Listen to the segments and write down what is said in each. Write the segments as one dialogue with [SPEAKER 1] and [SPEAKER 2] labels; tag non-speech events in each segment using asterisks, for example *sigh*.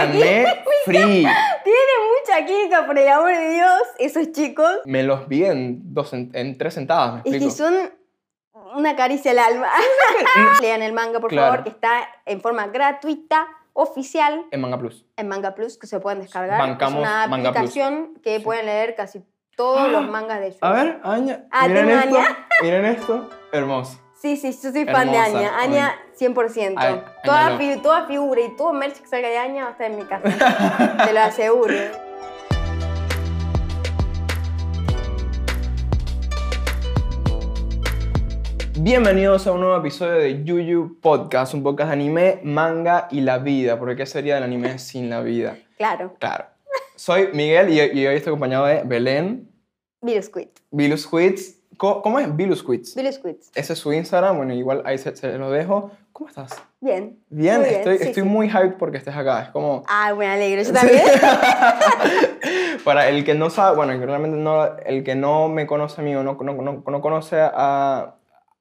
[SPEAKER 1] Amé Free.
[SPEAKER 2] Tiene mucha química, por el amor de Dios, esos chicos.
[SPEAKER 1] Me los vi en, dos, en, en tres sentadas, me
[SPEAKER 2] Es
[SPEAKER 1] explico.
[SPEAKER 2] que son una caricia al alma. *laughs* Lean el manga, por
[SPEAKER 1] Claro.
[SPEAKER 2] favor, que está en forma gratuita, oficial,
[SPEAKER 1] En Manga Plus.
[SPEAKER 2] en Manga Plus, que se pueden descargar.
[SPEAKER 1] Bancamos
[SPEAKER 2] es una
[SPEAKER 1] Manga Plus.
[SPEAKER 2] aplicación que
[SPEAKER 1] Sí.
[SPEAKER 2] pueden leer casi todos
[SPEAKER 1] *gasps*
[SPEAKER 2] los mangas de Jujutsu.
[SPEAKER 1] A ver, Aña.
[SPEAKER 2] Ah,
[SPEAKER 1] miren
[SPEAKER 2] tengo
[SPEAKER 1] esto.
[SPEAKER 2] Aña.
[SPEAKER 1] Miren esto. Hermoso.
[SPEAKER 2] Sí, sí, yo soy fan de
[SPEAKER 1] Hermosa,
[SPEAKER 2] Aña. Aña, 100%.
[SPEAKER 1] Ay,
[SPEAKER 2] toda,
[SPEAKER 1] Aña
[SPEAKER 2] fi- toda figura y todo merch que salga de Aña va a estar en
[SPEAKER 1] *laughs*
[SPEAKER 2] mi casa. Te lo aseguro.
[SPEAKER 1] Bienvenidos a un nuevo episodio de Yuyu Podcast, un podcast de anime, manga y la vida. Porque ¿qué sería del anime sin la vida?
[SPEAKER 2] Claro.
[SPEAKER 1] Claro. Soy Miguel y, y hoy estoy acompañado de Belén,
[SPEAKER 2] Virus Quit.
[SPEAKER 1] Vilus Quits. Co- ¿Cómo es? Vilus Quits.
[SPEAKER 2] Virus Quit.
[SPEAKER 1] Ese es su Instagram, bueno, igual ahí se, se lo dejo. ¿Cómo estás?
[SPEAKER 2] Bien.
[SPEAKER 1] Bien,
[SPEAKER 2] Muy bien,
[SPEAKER 1] estoy,
[SPEAKER 2] sí,
[SPEAKER 1] estoy
[SPEAKER 2] sí.
[SPEAKER 1] muy hyped porque estés acá. Es como,
[SPEAKER 2] Ay, me
[SPEAKER 1] *laughs*
[SPEAKER 2] alegro. Yo también.
[SPEAKER 1] Para el que no sabe, bueno, el que realmente no, el que no me conoce a mí o no, no, no- no conoce a,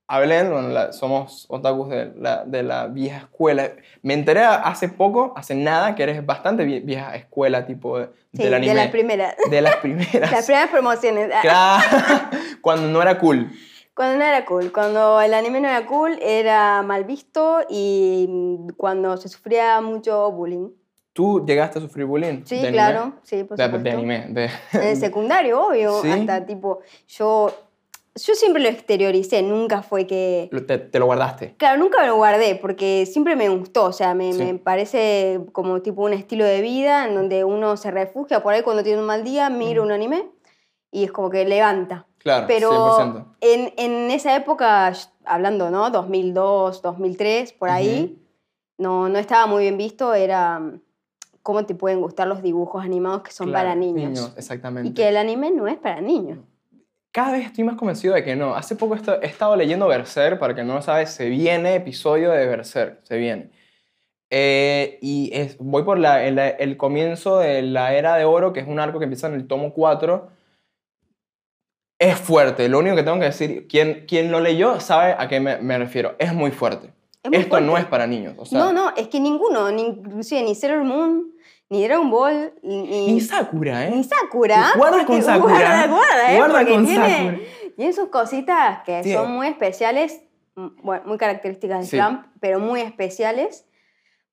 [SPEAKER 1] a Belén, bueno, la- somos otakus de la, de la vieja escuela. Me enteré hace poco, hace nada, que eres bastante vie- vieja escuela, tipo de,
[SPEAKER 2] Sí,
[SPEAKER 1] del anime.
[SPEAKER 2] de las primeras.
[SPEAKER 1] *laughs* De las
[SPEAKER 2] Las *laughs*
[SPEAKER 1] primeras.
[SPEAKER 2] primeras promociones. Ah,
[SPEAKER 1] Claro, *laughs* cuando no era cool.
[SPEAKER 2] Cuando no era cool. Cuando el anime no era cool, era mal visto y mm, cuando se sufría mucho bullying.
[SPEAKER 1] Tú llegaste a sufrir bullying.
[SPEAKER 2] Sí,
[SPEAKER 1] de anime?
[SPEAKER 2] claro. Sí, por
[SPEAKER 1] De, de
[SPEAKER 2] supuesto.
[SPEAKER 1] anime. de- *laughs*
[SPEAKER 2] En el secundario, obvio.
[SPEAKER 1] Sí.
[SPEAKER 2] Hasta tipo, yo, yo siempre lo exterioricé, nunca fue que...
[SPEAKER 1] lo- te, te lo guardaste.
[SPEAKER 2] Claro, nunca me lo guardé porque siempre me gustó, o sea, me,
[SPEAKER 1] Sí.
[SPEAKER 2] me parece como tipo un estilo de vida en donde uno se refugia por ahí cuando tiene un mal día, mira
[SPEAKER 1] Ujú.
[SPEAKER 2] un anime y es como que levanta.
[SPEAKER 1] Claro,
[SPEAKER 2] Pero
[SPEAKER 1] 100%.
[SPEAKER 2] en, en esa época, sh- hablando, ¿no? 2002, 2003, por ahí, no, no estaba muy bien visto, era mm, cómo te pueden gustar los dibujos animados que son
[SPEAKER 1] Claro,
[SPEAKER 2] para niños.
[SPEAKER 1] exactamente.
[SPEAKER 2] Y que el anime no es para niños.
[SPEAKER 1] Cada vez estoy más convencido de que no. Hace poco esto- he estado leyendo Berserk, para que no lo sabes, se viene episodio de Berserk, se viene. Eh, y es- voy por la- el, el comienzo de la Era de Oro, que es un arco que empieza en el tomo 4. Es fuerte, lo único que tengo que decir, quien, quien lo leyó sabe a qué me, me refiero, es muy fuerte.
[SPEAKER 2] Es muy
[SPEAKER 1] esto
[SPEAKER 2] fuerte.
[SPEAKER 1] no es para niños, o sea,
[SPEAKER 2] no, no, es que ninguno, ni, inclusive ni Sailor Moon, ni Dragon Ball, ni,
[SPEAKER 1] ni Sakura, ¿eh?
[SPEAKER 2] ni Sakura.
[SPEAKER 1] Guarda
[SPEAKER 2] porque-
[SPEAKER 1] con Sakura.
[SPEAKER 2] Guarda, guarda, eh,
[SPEAKER 1] Guarda
[SPEAKER 2] porque
[SPEAKER 1] con
[SPEAKER 2] tiene,
[SPEAKER 1] Sakura.
[SPEAKER 2] tiene sus cositas que
[SPEAKER 1] Tiene-
[SPEAKER 2] son muy especiales, mm, bueno, muy características de
[SPEAKER 1] Sí.
[SPEAKER 2] Trump, pero muy especiales,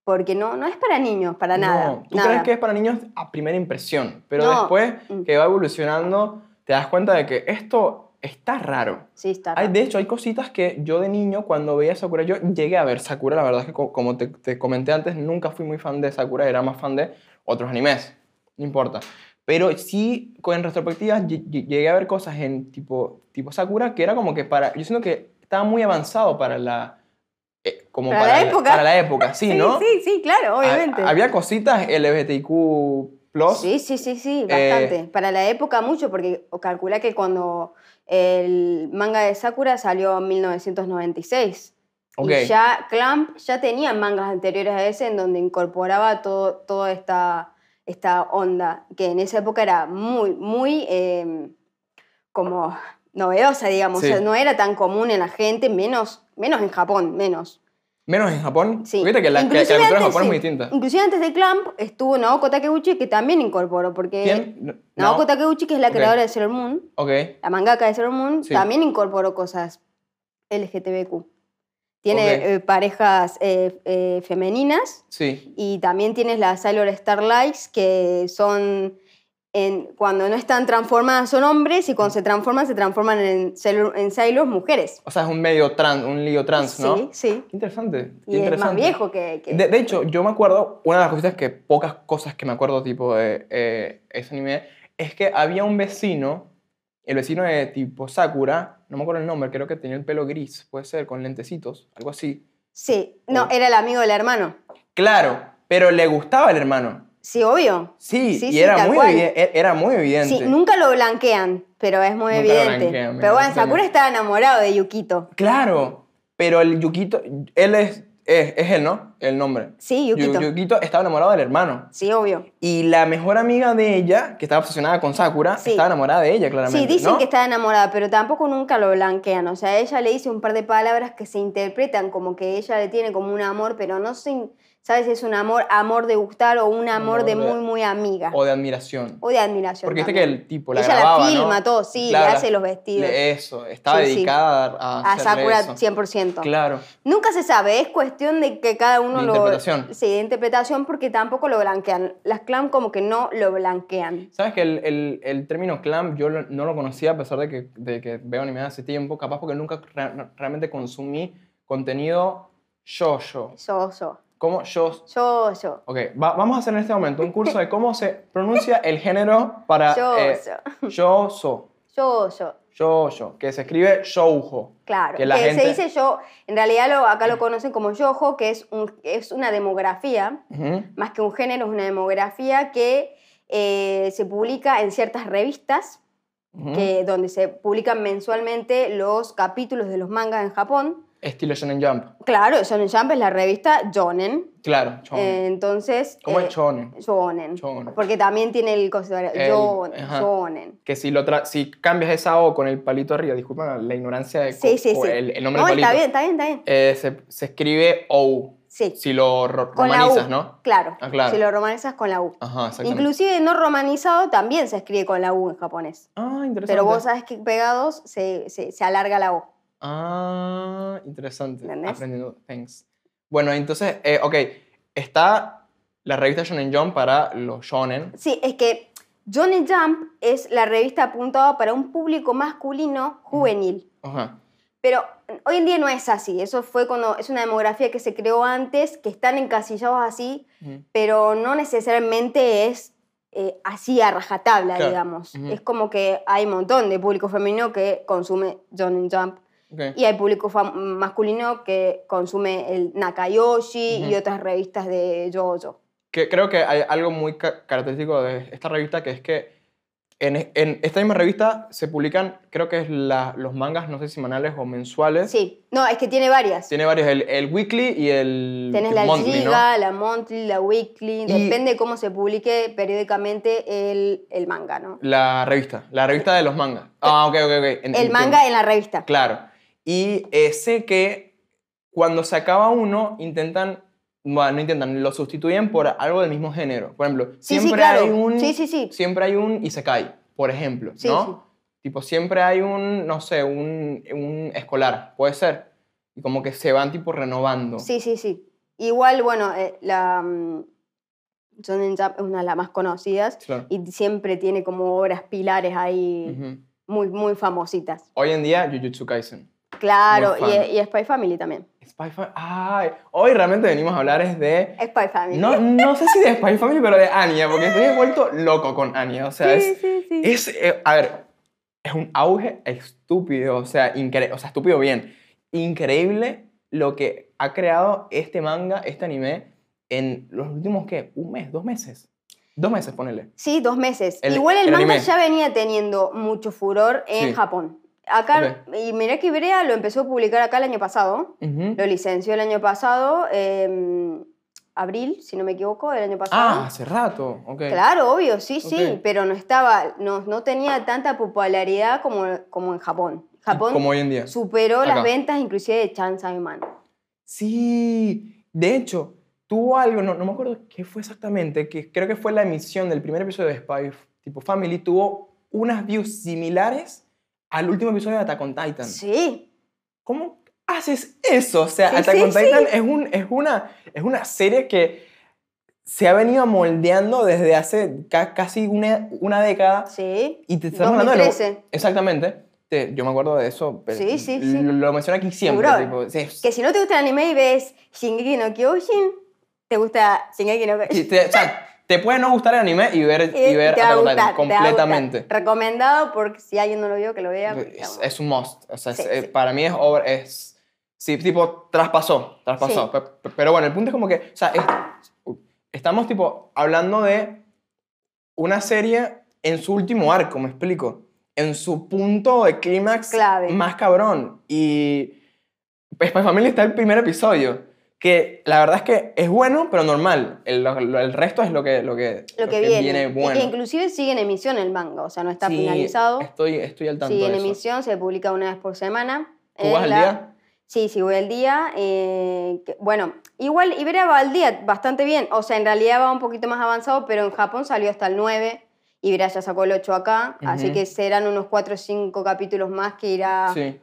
[SPEAKER 2] porque no, no es para niños, para nada.
[SPEAKER 1] No, tú
[SPEAKER 2] nada.
[SPEAKER 1] crees que es para niños a primera impresión, pero
[SPEAKER 2] No.
[SPEAKER 1] después
[SPEAKER 2] Mm.
[SPEAKER 1] que va evolucionando, te das cuenta de que esto está raro.
[SPEAKER 2] Sí, está.
[SPEAKER 1] Hay,
[SPEAKER 2] raro.
[SPEAKER 1] de hecho, hay cositas que yo de niño, cuando veía Sakura, yo llegué a ver Sakura, la verdad es que co- como te, te comenté antes, nunca fui muy fan de Sakura, era más fan de otros animes, no importa. Pero sí, con- en retrospectiva, lle- lle- llegué a ver cosas en tipo, tipo Sakura que era como que para, yo siento que estaba muy avanzado para la... eh, como
[SPEAKER 2] Para
[SPEAKER 1] para,
[SPEAKER 2] la época.
[SPEAKER 1] Para la época, sí,
[SPEAKER 2] *laughs* sí,
[SPEAKER 1] ¿no?
[SPEAKER 2] sí, sí, claro,
[SPEAKER 1] Ha-
[SPEAKER 2] obviamente.
[SPEAKER 1] Ah, había cositas LGBTQ+.
[SPEAKER 2] Sí, sí, sí, sí,
[SPEAKER 1] Eh,
[SPEAKER 2] bastante. Para la época mucho, porque calcula que cuando el manga de Sakura salió en 1996.
[SPEAKER 1] Ok.
[SPEAKER 2] Y ya Clamp ya tenía mangas anteriores a ese en donde incorporaba todo, toda esta, esta onda, que en esa época era muy, muy eh, como novedosa, digamos.
[SPEAKER 1] Sí.
[SPEAKER 2] O sea, no era tan común en la gente, menos, menos en Japón, menos.
[SPEAKER 1] Menos en Japón.
[SPEAKER 2] Sí.
[SPEAKER 1] Viste que la, que- que la
[SPEAKER 2] Inclusive
[SPEAKER 1] cultura en
[SPEAKER 2] antes,
[SPEAKER 1] Japón es muy
[SPEAKER 2] sí.
[SPEAKER 1] distinta.
[SPEAKER 2] Inclusive antes de Clamp estuvo Naoko Takeuchi que también incorporó, porque
[SPEAKER 1] ¿Quién?
[SPEAKER 2] Naoko Takeuchi, que es la
[SPEAKER 1] Ok.
[SPEAKER 2] creadora de Sailor Moon,
[SPEAKER 1] Ok.
[SPEAKER 2] la mangaka de Sailor Moon,
[SPEAKER 1] Sí.
[SPEAKER 2] también incorporó cosas LGTBQ. Tiene
[SPEAKER 1] Ok.
[SPEAKER 2] eh, parejas eh, eh, femeninas
[SPEAKER 1] Sí.
[SPEAKER 2] y también tienes las Sailor Starlights, que son, en- cuando no están transformadas son hombres y cuando se transforman, se transforman en Sailor, en Sailor mujeres.
[SPEAKER 1] O sea, es un medio trans, un lío trans, ¿no?
[SPEAKER 2] Sí, sí.
[SPEAKER 1] Qué Interesante. qué
[SPEAKER 2] Y es más
[SPEAKER 1] interesante.
[SPEAKER 2] viejo que... que-
[SPEAKER 1] De, de hecho, yo me acuerdo, una de las cositas que, pocas cosas que me acuerdo, tipo, de eh, ese anime, es que había un vecino, el vecino de tipo Sakura, no me acuerdo el nombre, creo que tenía el pelo gris, puede ser, con lentecitos, algo así.
[SPEAKER 2] Sí,
[SPEAKER 1] Oh.
[SPEAKER 2] no, era el amigo del hermano.
[SPEAKER 1] Claro, pero le gustaba el hermano.
[SPEAKER 2] Sí, obvio.
[SPEAKER 1] Sí,
[SPEAKER 2] Sí,
[SPEAKER 1] y
[SPEAKER 2] sí,
[SPEAKER 1] era,
[SPEAKER 2] tal
[SPEAKER 1] muy
[SPEAKER 2] cual.
[SPEAKER 1] evidente, e- era muy evidente.
[SPEAKER 2] Sí, nunca lo blanquean, pero es muy
[SPEAKER 1] Nunca lo
[SPEAKER 2] evidente.
[SPEAKER 1] blanquean, mira,
[SPEAKER 2] pero bueno,
[SPEAKER 1] claro.
[SPEAKER 2] Sakura estaba enamorado de Yukito.
[SPEAKER 1] Claro, pero el Yukito, él es, es, es él, ¿no? El nombre.
[SPEAKER 2] Sí,
[SPEAKER 1] Yu-
[SPEAKER 2] Yukito.
[SPEAKER 1] Yukito estaba enamorado del hermano.
[SPEAKER 2] Sí, obvio.
[SPEAKER 1] Y la mejor amiga de ella, que estaba obsesionada con Sakura,
[SPEAKER 2] Sí.
[SPEAKER 1] estaba enamorada de ella, claramente.
[SPEAKER 2] Sí, dicen
[SPEAKER 1] ¿no?
[SPEAKER 2] que está enamorada, pero tampoco nunca lo blanquean. O sea, ella le dice un par de palabras que se interpretan como que ella le tiene como un amor, pero no se, in- ¿sabes? Es un amor, amor de gustar o un
[SPEAKER 1] amor
[SPEAKER 2] amor de
[SPEAKER 1] de-
[SPEAKER 2] muy, muy amiga.
[SPEAKER 1] O de admiración.
[SPEAKER 2] O de admiración.
[SPEAKER 1] Porque viste que
[SPEAKER 2] también.
[SPEAKER 1] el tipo la
[SPEAKER 2] Ella
[SPEAKER 1] grababa,
[SPEAKER 2] la
[SPEAKER 1] ¿no?
[SPEAKER 2] filma todo, sí,
[SPEAKER 1] Claro,
[SPEAKER 2] le
[SPEAKER 1] la-
[SPEAKER 2] hace los vestidos.
[SPEAKER 1] le- Eso, estaba
[SPEAKER 2] Sí, sí.
[SPEAKER 1] dedicada a,
[SPEAKER 2] a
[SPEAKER 1] hacerle
[SPEAKER 2] Sakura
[SPEAKER 1] eso.
[SPEAKER 2] 100%.
[SPEAKER 1] Claro.
[SPEAKER 2] Nunca se sabe, es cuestión de que cada uno
[SPEAKER 1] De
[SPEAKER 2] lo...
[SPEAKER 1] interpretación.
[SPEAKER 2] Sí, de interpretación porque tampoco lo blanquean. Las clan como que no lo blanquean.
[SPEAKER 1] ¿Sabes que el, el- el término clam yo lo- no lo conocía a pesar de que, de que veo anime hace tiempo? Capaz porque nunca re- realmente consumí contenido yo-yo.
[SPEAKER 2] Yo, yo,
[SPEAKER 1] ¿Cómo yo?
[SPEAKER 2] yo, yo.
[SPEAKER 1] Ok, va- vamos a hacer en este momento un curso de cómo se pronuncia el género para
[SPEAKER 2] Yo,
[SPEAKER 1] eh, yo-so.
[SPEAKER 2] yo, yo.
[SPEAKER 1] Yo-yo, que se escribe shoujo.
[SPEAKER 2] Claro, que,
[SPEAKER 1] Que la gente-
[SPEAKER 2] se dice yo, en realidad lo, acá lo conocen como yojo, que es, un, es una demografía,
[SPEAKER 1] Ujú.
[SPEAKER 2] más que un género, es una demografía que eh, se publica en ciertas revistas,
[SPEAKER 1] Ujú.
[SPEAKER 2] que, donde se publican mensualmente los capítulos de los mangas en Japón.
[SPEAKER 1] Estilo Shonen Jump.
[SPEAKER 2] Claro, Shonen Jump es la revista Jonen, Eh,
[SPEAKER 1] Claro, shonen.
[SPEAKER 2] entonces...
[SPEAKER 1] ¿Cómo
[SPEAKER 2] eh,
[SPEAKER 1] es shonen?
[SPEAKER 2] Jonen,
[SPEAKER 1] Shonen.
[SPEAKER 2] porque también tiene el considerado
[SPEAKER 1] El-
[SPEAKER 2] Jonen,
[SPEAKER 1] ajá.
[SPEAKER 2] Jonen.
[SPEAKER 1] Que si, lo tra- si cambias esa O con el palito arriba, disculpa la ignorancia de
[SPEAKER 2] Sí, sí, sí.
[SPEAKER 1] El, el nombre
[SPEAKER 2] No,
[SPEAKER 1] del palito.
[SPEAKER 2] está bien, está bien, está bien.
[SPEAKER 1] Eh, se, se escribe O
[SPEAKER 2] Sí.
[SPEAKER 1] si lo ro-
[SPEAKER 2] Con la
[SPEAKER 1] romanizas,
[SPEAKER 2] U,
[SPEAKER 1] ¿no?
[SPEAKER 2] Claro,
[SPEAKER 1] Ah, claro.
[SPEAKER 2] Si lo romanizas con la U.
[SPEAKER 1] Ajá, exactamente.
[SPEAKER 2] Inclusive no romanizado también se escribe con la U en japonés.
[SPEAKER 1] ah, interesante.
[SPEAKER 2] Pero vos sabés que pegados se, se, se alarga la U.
[SPEAKER 1] Ah, interesante.
[SPEAKER 2] ¿Entendés?
[SPEAKER 1] Aprendiendo. Thanks. Bueno, entonces, eh, ok. Está la revista Shonen Jump para los shonen.
[SPEAKER 2] Sí, es que Johnny Jump es la revista apuntada para un público masculino juvenil.
[SPEAKER 1] Ajá.
[SPEAKER 2] Pero hoy en día no es así. Eso fue cuando es una demografía que se creó antes, que están encasillados así,
[SPEAKER 1] Ujú.
[SPEAKER 2] pero no necesariamente es eh, así a rajatabla,
[SPEAKER 1] Claro.
[SPEAKER 2] digamos.
[SPEAKER 1] Ujú.
[SPEAKER 2] Es como que hay un montón de público femenino que consume Johnny Jump.
[SPEAKER 1] Ok.
[SPEAKER 2] Y hay público fam- masculino que consume el Nakayoshi y
[SPEAKER 1] Ujú.
[SPEAKER 2] otras revistas de Jojo.
[SPEAKER 1] que creo que hay algo muy ca- característico de esta revista que es que en, e- en esta misma revista se publican, creo que es la- los mangas, no sé si semanales o mensuales.
[SPEAKER 2] Sí, no, es que tiene varias.
[SPEAKER 1] Tiene varios, el, el weekly y el
[SPEAKER 2] Tenés la
[SPEAKER 1] monthly, ¿no?
[SPEAKER 2] Giga, la Monthly, la Weekly,
[SPEAKER 1] Y-
[SPEAKER 2] depende cómo se publique periódicamente el, el manga, ¿no?
[SPEAKER 1] La revista, la revista de los mangas. Ah, ok, ok, ok. en-
[SPEAKER 2] El
[SPEAKER 1] entiendo.
[SPEAKER 2] manga en la revista.
[SPEAKER 1] Claro. Y eh, sé que cuando se acaba uno, intentan, bueno, no intentan, lo sustituyen por algo del mismo género. Por ejemplo,
[SPEAKER 2] Sí, sí,
[SPEAKER 1] siempre
[SPEAKER 2] claro.
[SPEAKER 1] hay un...
[SPEAKER 2] Sí, sí, sí.
[SPEAKER 1] siempre hay un y se cae, por ejemplo,
[SPEAKER 2] Sí,
[SPEAKER 1] ¿no?
[SPEAKER 2] sí.
[SPEAKER 1] Tipo, siempre hay un, no sé, un, un escolar, puede ser. Y como que se van tipo renovando.
[SPEAKER 2] Sí, sí, sí. Igual, bueno, eh, la mm, Shonen Jump es una de las más conocidas
[SPEAKER 1] Claro.
[SPEAKER 2] y siempre tiene como obras pilares ahí
[SPEAKER 1] Ujú.
[SPEAKER 2] muy, muy famositas.
[SPEAKER 1] Hoy en día, Jujutsu Kaisen.
[SPEAKER 2] Claro,
[SPEAKER 1] Muy fan.
[SPEAKER 2] y, y Spy Family también.
[SPEAKER 1] Spy Family. Ay, hoy realmente venimos a hablar es de...
[SPEAKER 2] Spy Family.
[SPEAKER 1] No, no sé si de Spy Family, pero de Anya, porque estoy vuelto loco con Anya. O sea,
[SPEAKER 2] sí,
[SPEAKER 1] es,
[SPEAKER 2] sí, sí.
[SPEAKER 1] es, eh, a ver, es un auge estúpido, o sea, incre- o sea, estúpido bien. Increíble lo que ha creado este manga, este anime, en los últimos, ¿qué? ¿Un mes? ¿Dos meses? Dos meses, ponele.
[SPEAKER 2] Sí, dos meses.
[SPEAKER 1] El-
[SPEAKER 2] Igual el,
[SPEAKER 1] el
[SPEAKER 2] manga
[SPEAKER 1] anime.
[SPEAKER 2] ya venía teniendo mucho furor en
[SPEAKER 1] Sí.
[SPEAKER 2] Japón. Acá, y mirá que Ibrea lo empezó a publicar acá el año pasado.
[SPEAKER 1] Ujú.
[SPEAKER 2] Lo licenció el año pasado, eh, abril, si no me equivoco, del año
[SPEAKER 1] Ah,
[SPEAKER 2] pasado.
[SPEAKER 1] hace rato, ok.
[SPEAKER 2] Claro, obvio, sí, sí,
[SPEAKER 1] Ok.
[SPEAKER 2] pero no estaba, no, no tenía tanta popularidad como, como en Japón. Japón
[SPEAKER 1] Como hoy en día.
[SPEAKER 2] superó las
[SPEAKER 1] Acá.
[SPEAKER 2] ventas inclusive de Chan Man.
[SPEAKER 1] Sí, de hecho, tuvo algo, no, no me acuerdo qué fue exactamente, que creo que fue la emisión del primer episodio de Spy tipo Family, tuvo unas views similares al último episodio de Attack on Titan.
[SPEAKER 2] Sí,
[SPEAKER 1] ¿Cómo haces eso? O sea,
[SPEAKER 2] Sí,
[SPEAKER 1] Attack
[SPEAKER 2] sí,
[SPEAKER 1] on
[SPEAKER 2] sí.
[SPEAKER 1] Titan es, un, es, una, es una serie que se ha venido moldeando desde hace ca- casi una, una década.
[SPEAKER 2] sí.
[SPEAKER 1] Y te estamos hablando de lo-
[SPEAKER 2] 2013.
[SPEAKER 1] Exactamente. Te- yo me acuerdo de eso. pero
[SPEAKER 2] Sí, sí, sí.
[SPEAKER 1] Lo, lo menciono aquí siempre.
[SPEAKER 2] Seguro.
[SPEAKER 1] tipo, sí, es-
[SPEAKER 2] Que si no te gusta el anime y ves Shingeki no Kyojin, te gusta Shingeki no
[SPEAKER 1] Sí,
[SPEAKER 2] Kyojin.
[SPEAKER 1] te, o sea, te puede no gustar el anime y ver,
[SPEAKER 2] *laughs*
[SPEAKER 1] y ver
[SPEAKER 2] te va a
[SPEAKER 1] Attack on Titan
[SPEAKER 2] gustar, te va a gustar.
[SPEAKER 1] completamente.
[SPEAKER 2] Recomendado porque si alguien no lo vio, que lo vea. porque
[SPEAKER 1] Es,
[SPEAKER 2] está
[SPEAKER 1] es un must. O sea, es-
[SPEAKER 2] Sí,
[SPEAKER 1] eh,
[SPEAKER 2] sí.
[SPEAKER 1] para mí es obra. Es, sí, tipo, traspasó. Traspasó.
[SPEAKER 2] Sí.
[SPEAKER 1] Pe- pe- Pero, bueno, el punto es como que. O sea, es- uy, estamos, tipo, hablando de una serie en su último arco, me explico. En su punto de clímax
[SPEAKER 2] Clave.
[SPEAKER 1] más cabrón. Y. Spy Family está el primer episodio. Que la verdad es que es bueno, pero normal. El, lo- lo- el resto es lo que, lo que,
[SPEAKER 2] bueno. lo que viene. Y
[SPEAKER 1] bueno.
[SPEAKER 2] que inclusive sigue en emisión el manga, o sea, no está
[SPEAKER 1] Sí,
[SPEAKER 2] finalizado.
[SPEAKER 1] Estoy, estoy al tanto
[SPEAKER 2] Sigue
[SPEAKER 1] de
[SPEAKER 2] en
[SPEAKER 1] eso.
[SPEAKER 2] emisión, se publica una vez por semana.
[SPEAKER 1] ¿Tú
[SPEAKER 2] en
[SPEAKER 1] vas al
[SPEAKER 2] la-
[SPEAKER 1] día?
[SPEAKER 2] Sí, sí, voy al día. eh, que- bueno, igual Iberia va al día bastante bien. O sea, en realidad va un poquito más avanzado, pero en Japón salió hasta el 9. Iberia ya sacó el 8 acá. Así
[SPEAKER 1] Ujú.
[SPEAKER 2] que serán unos 4 o 5 capítulos más que irá
[SPEAKER 1] Sí.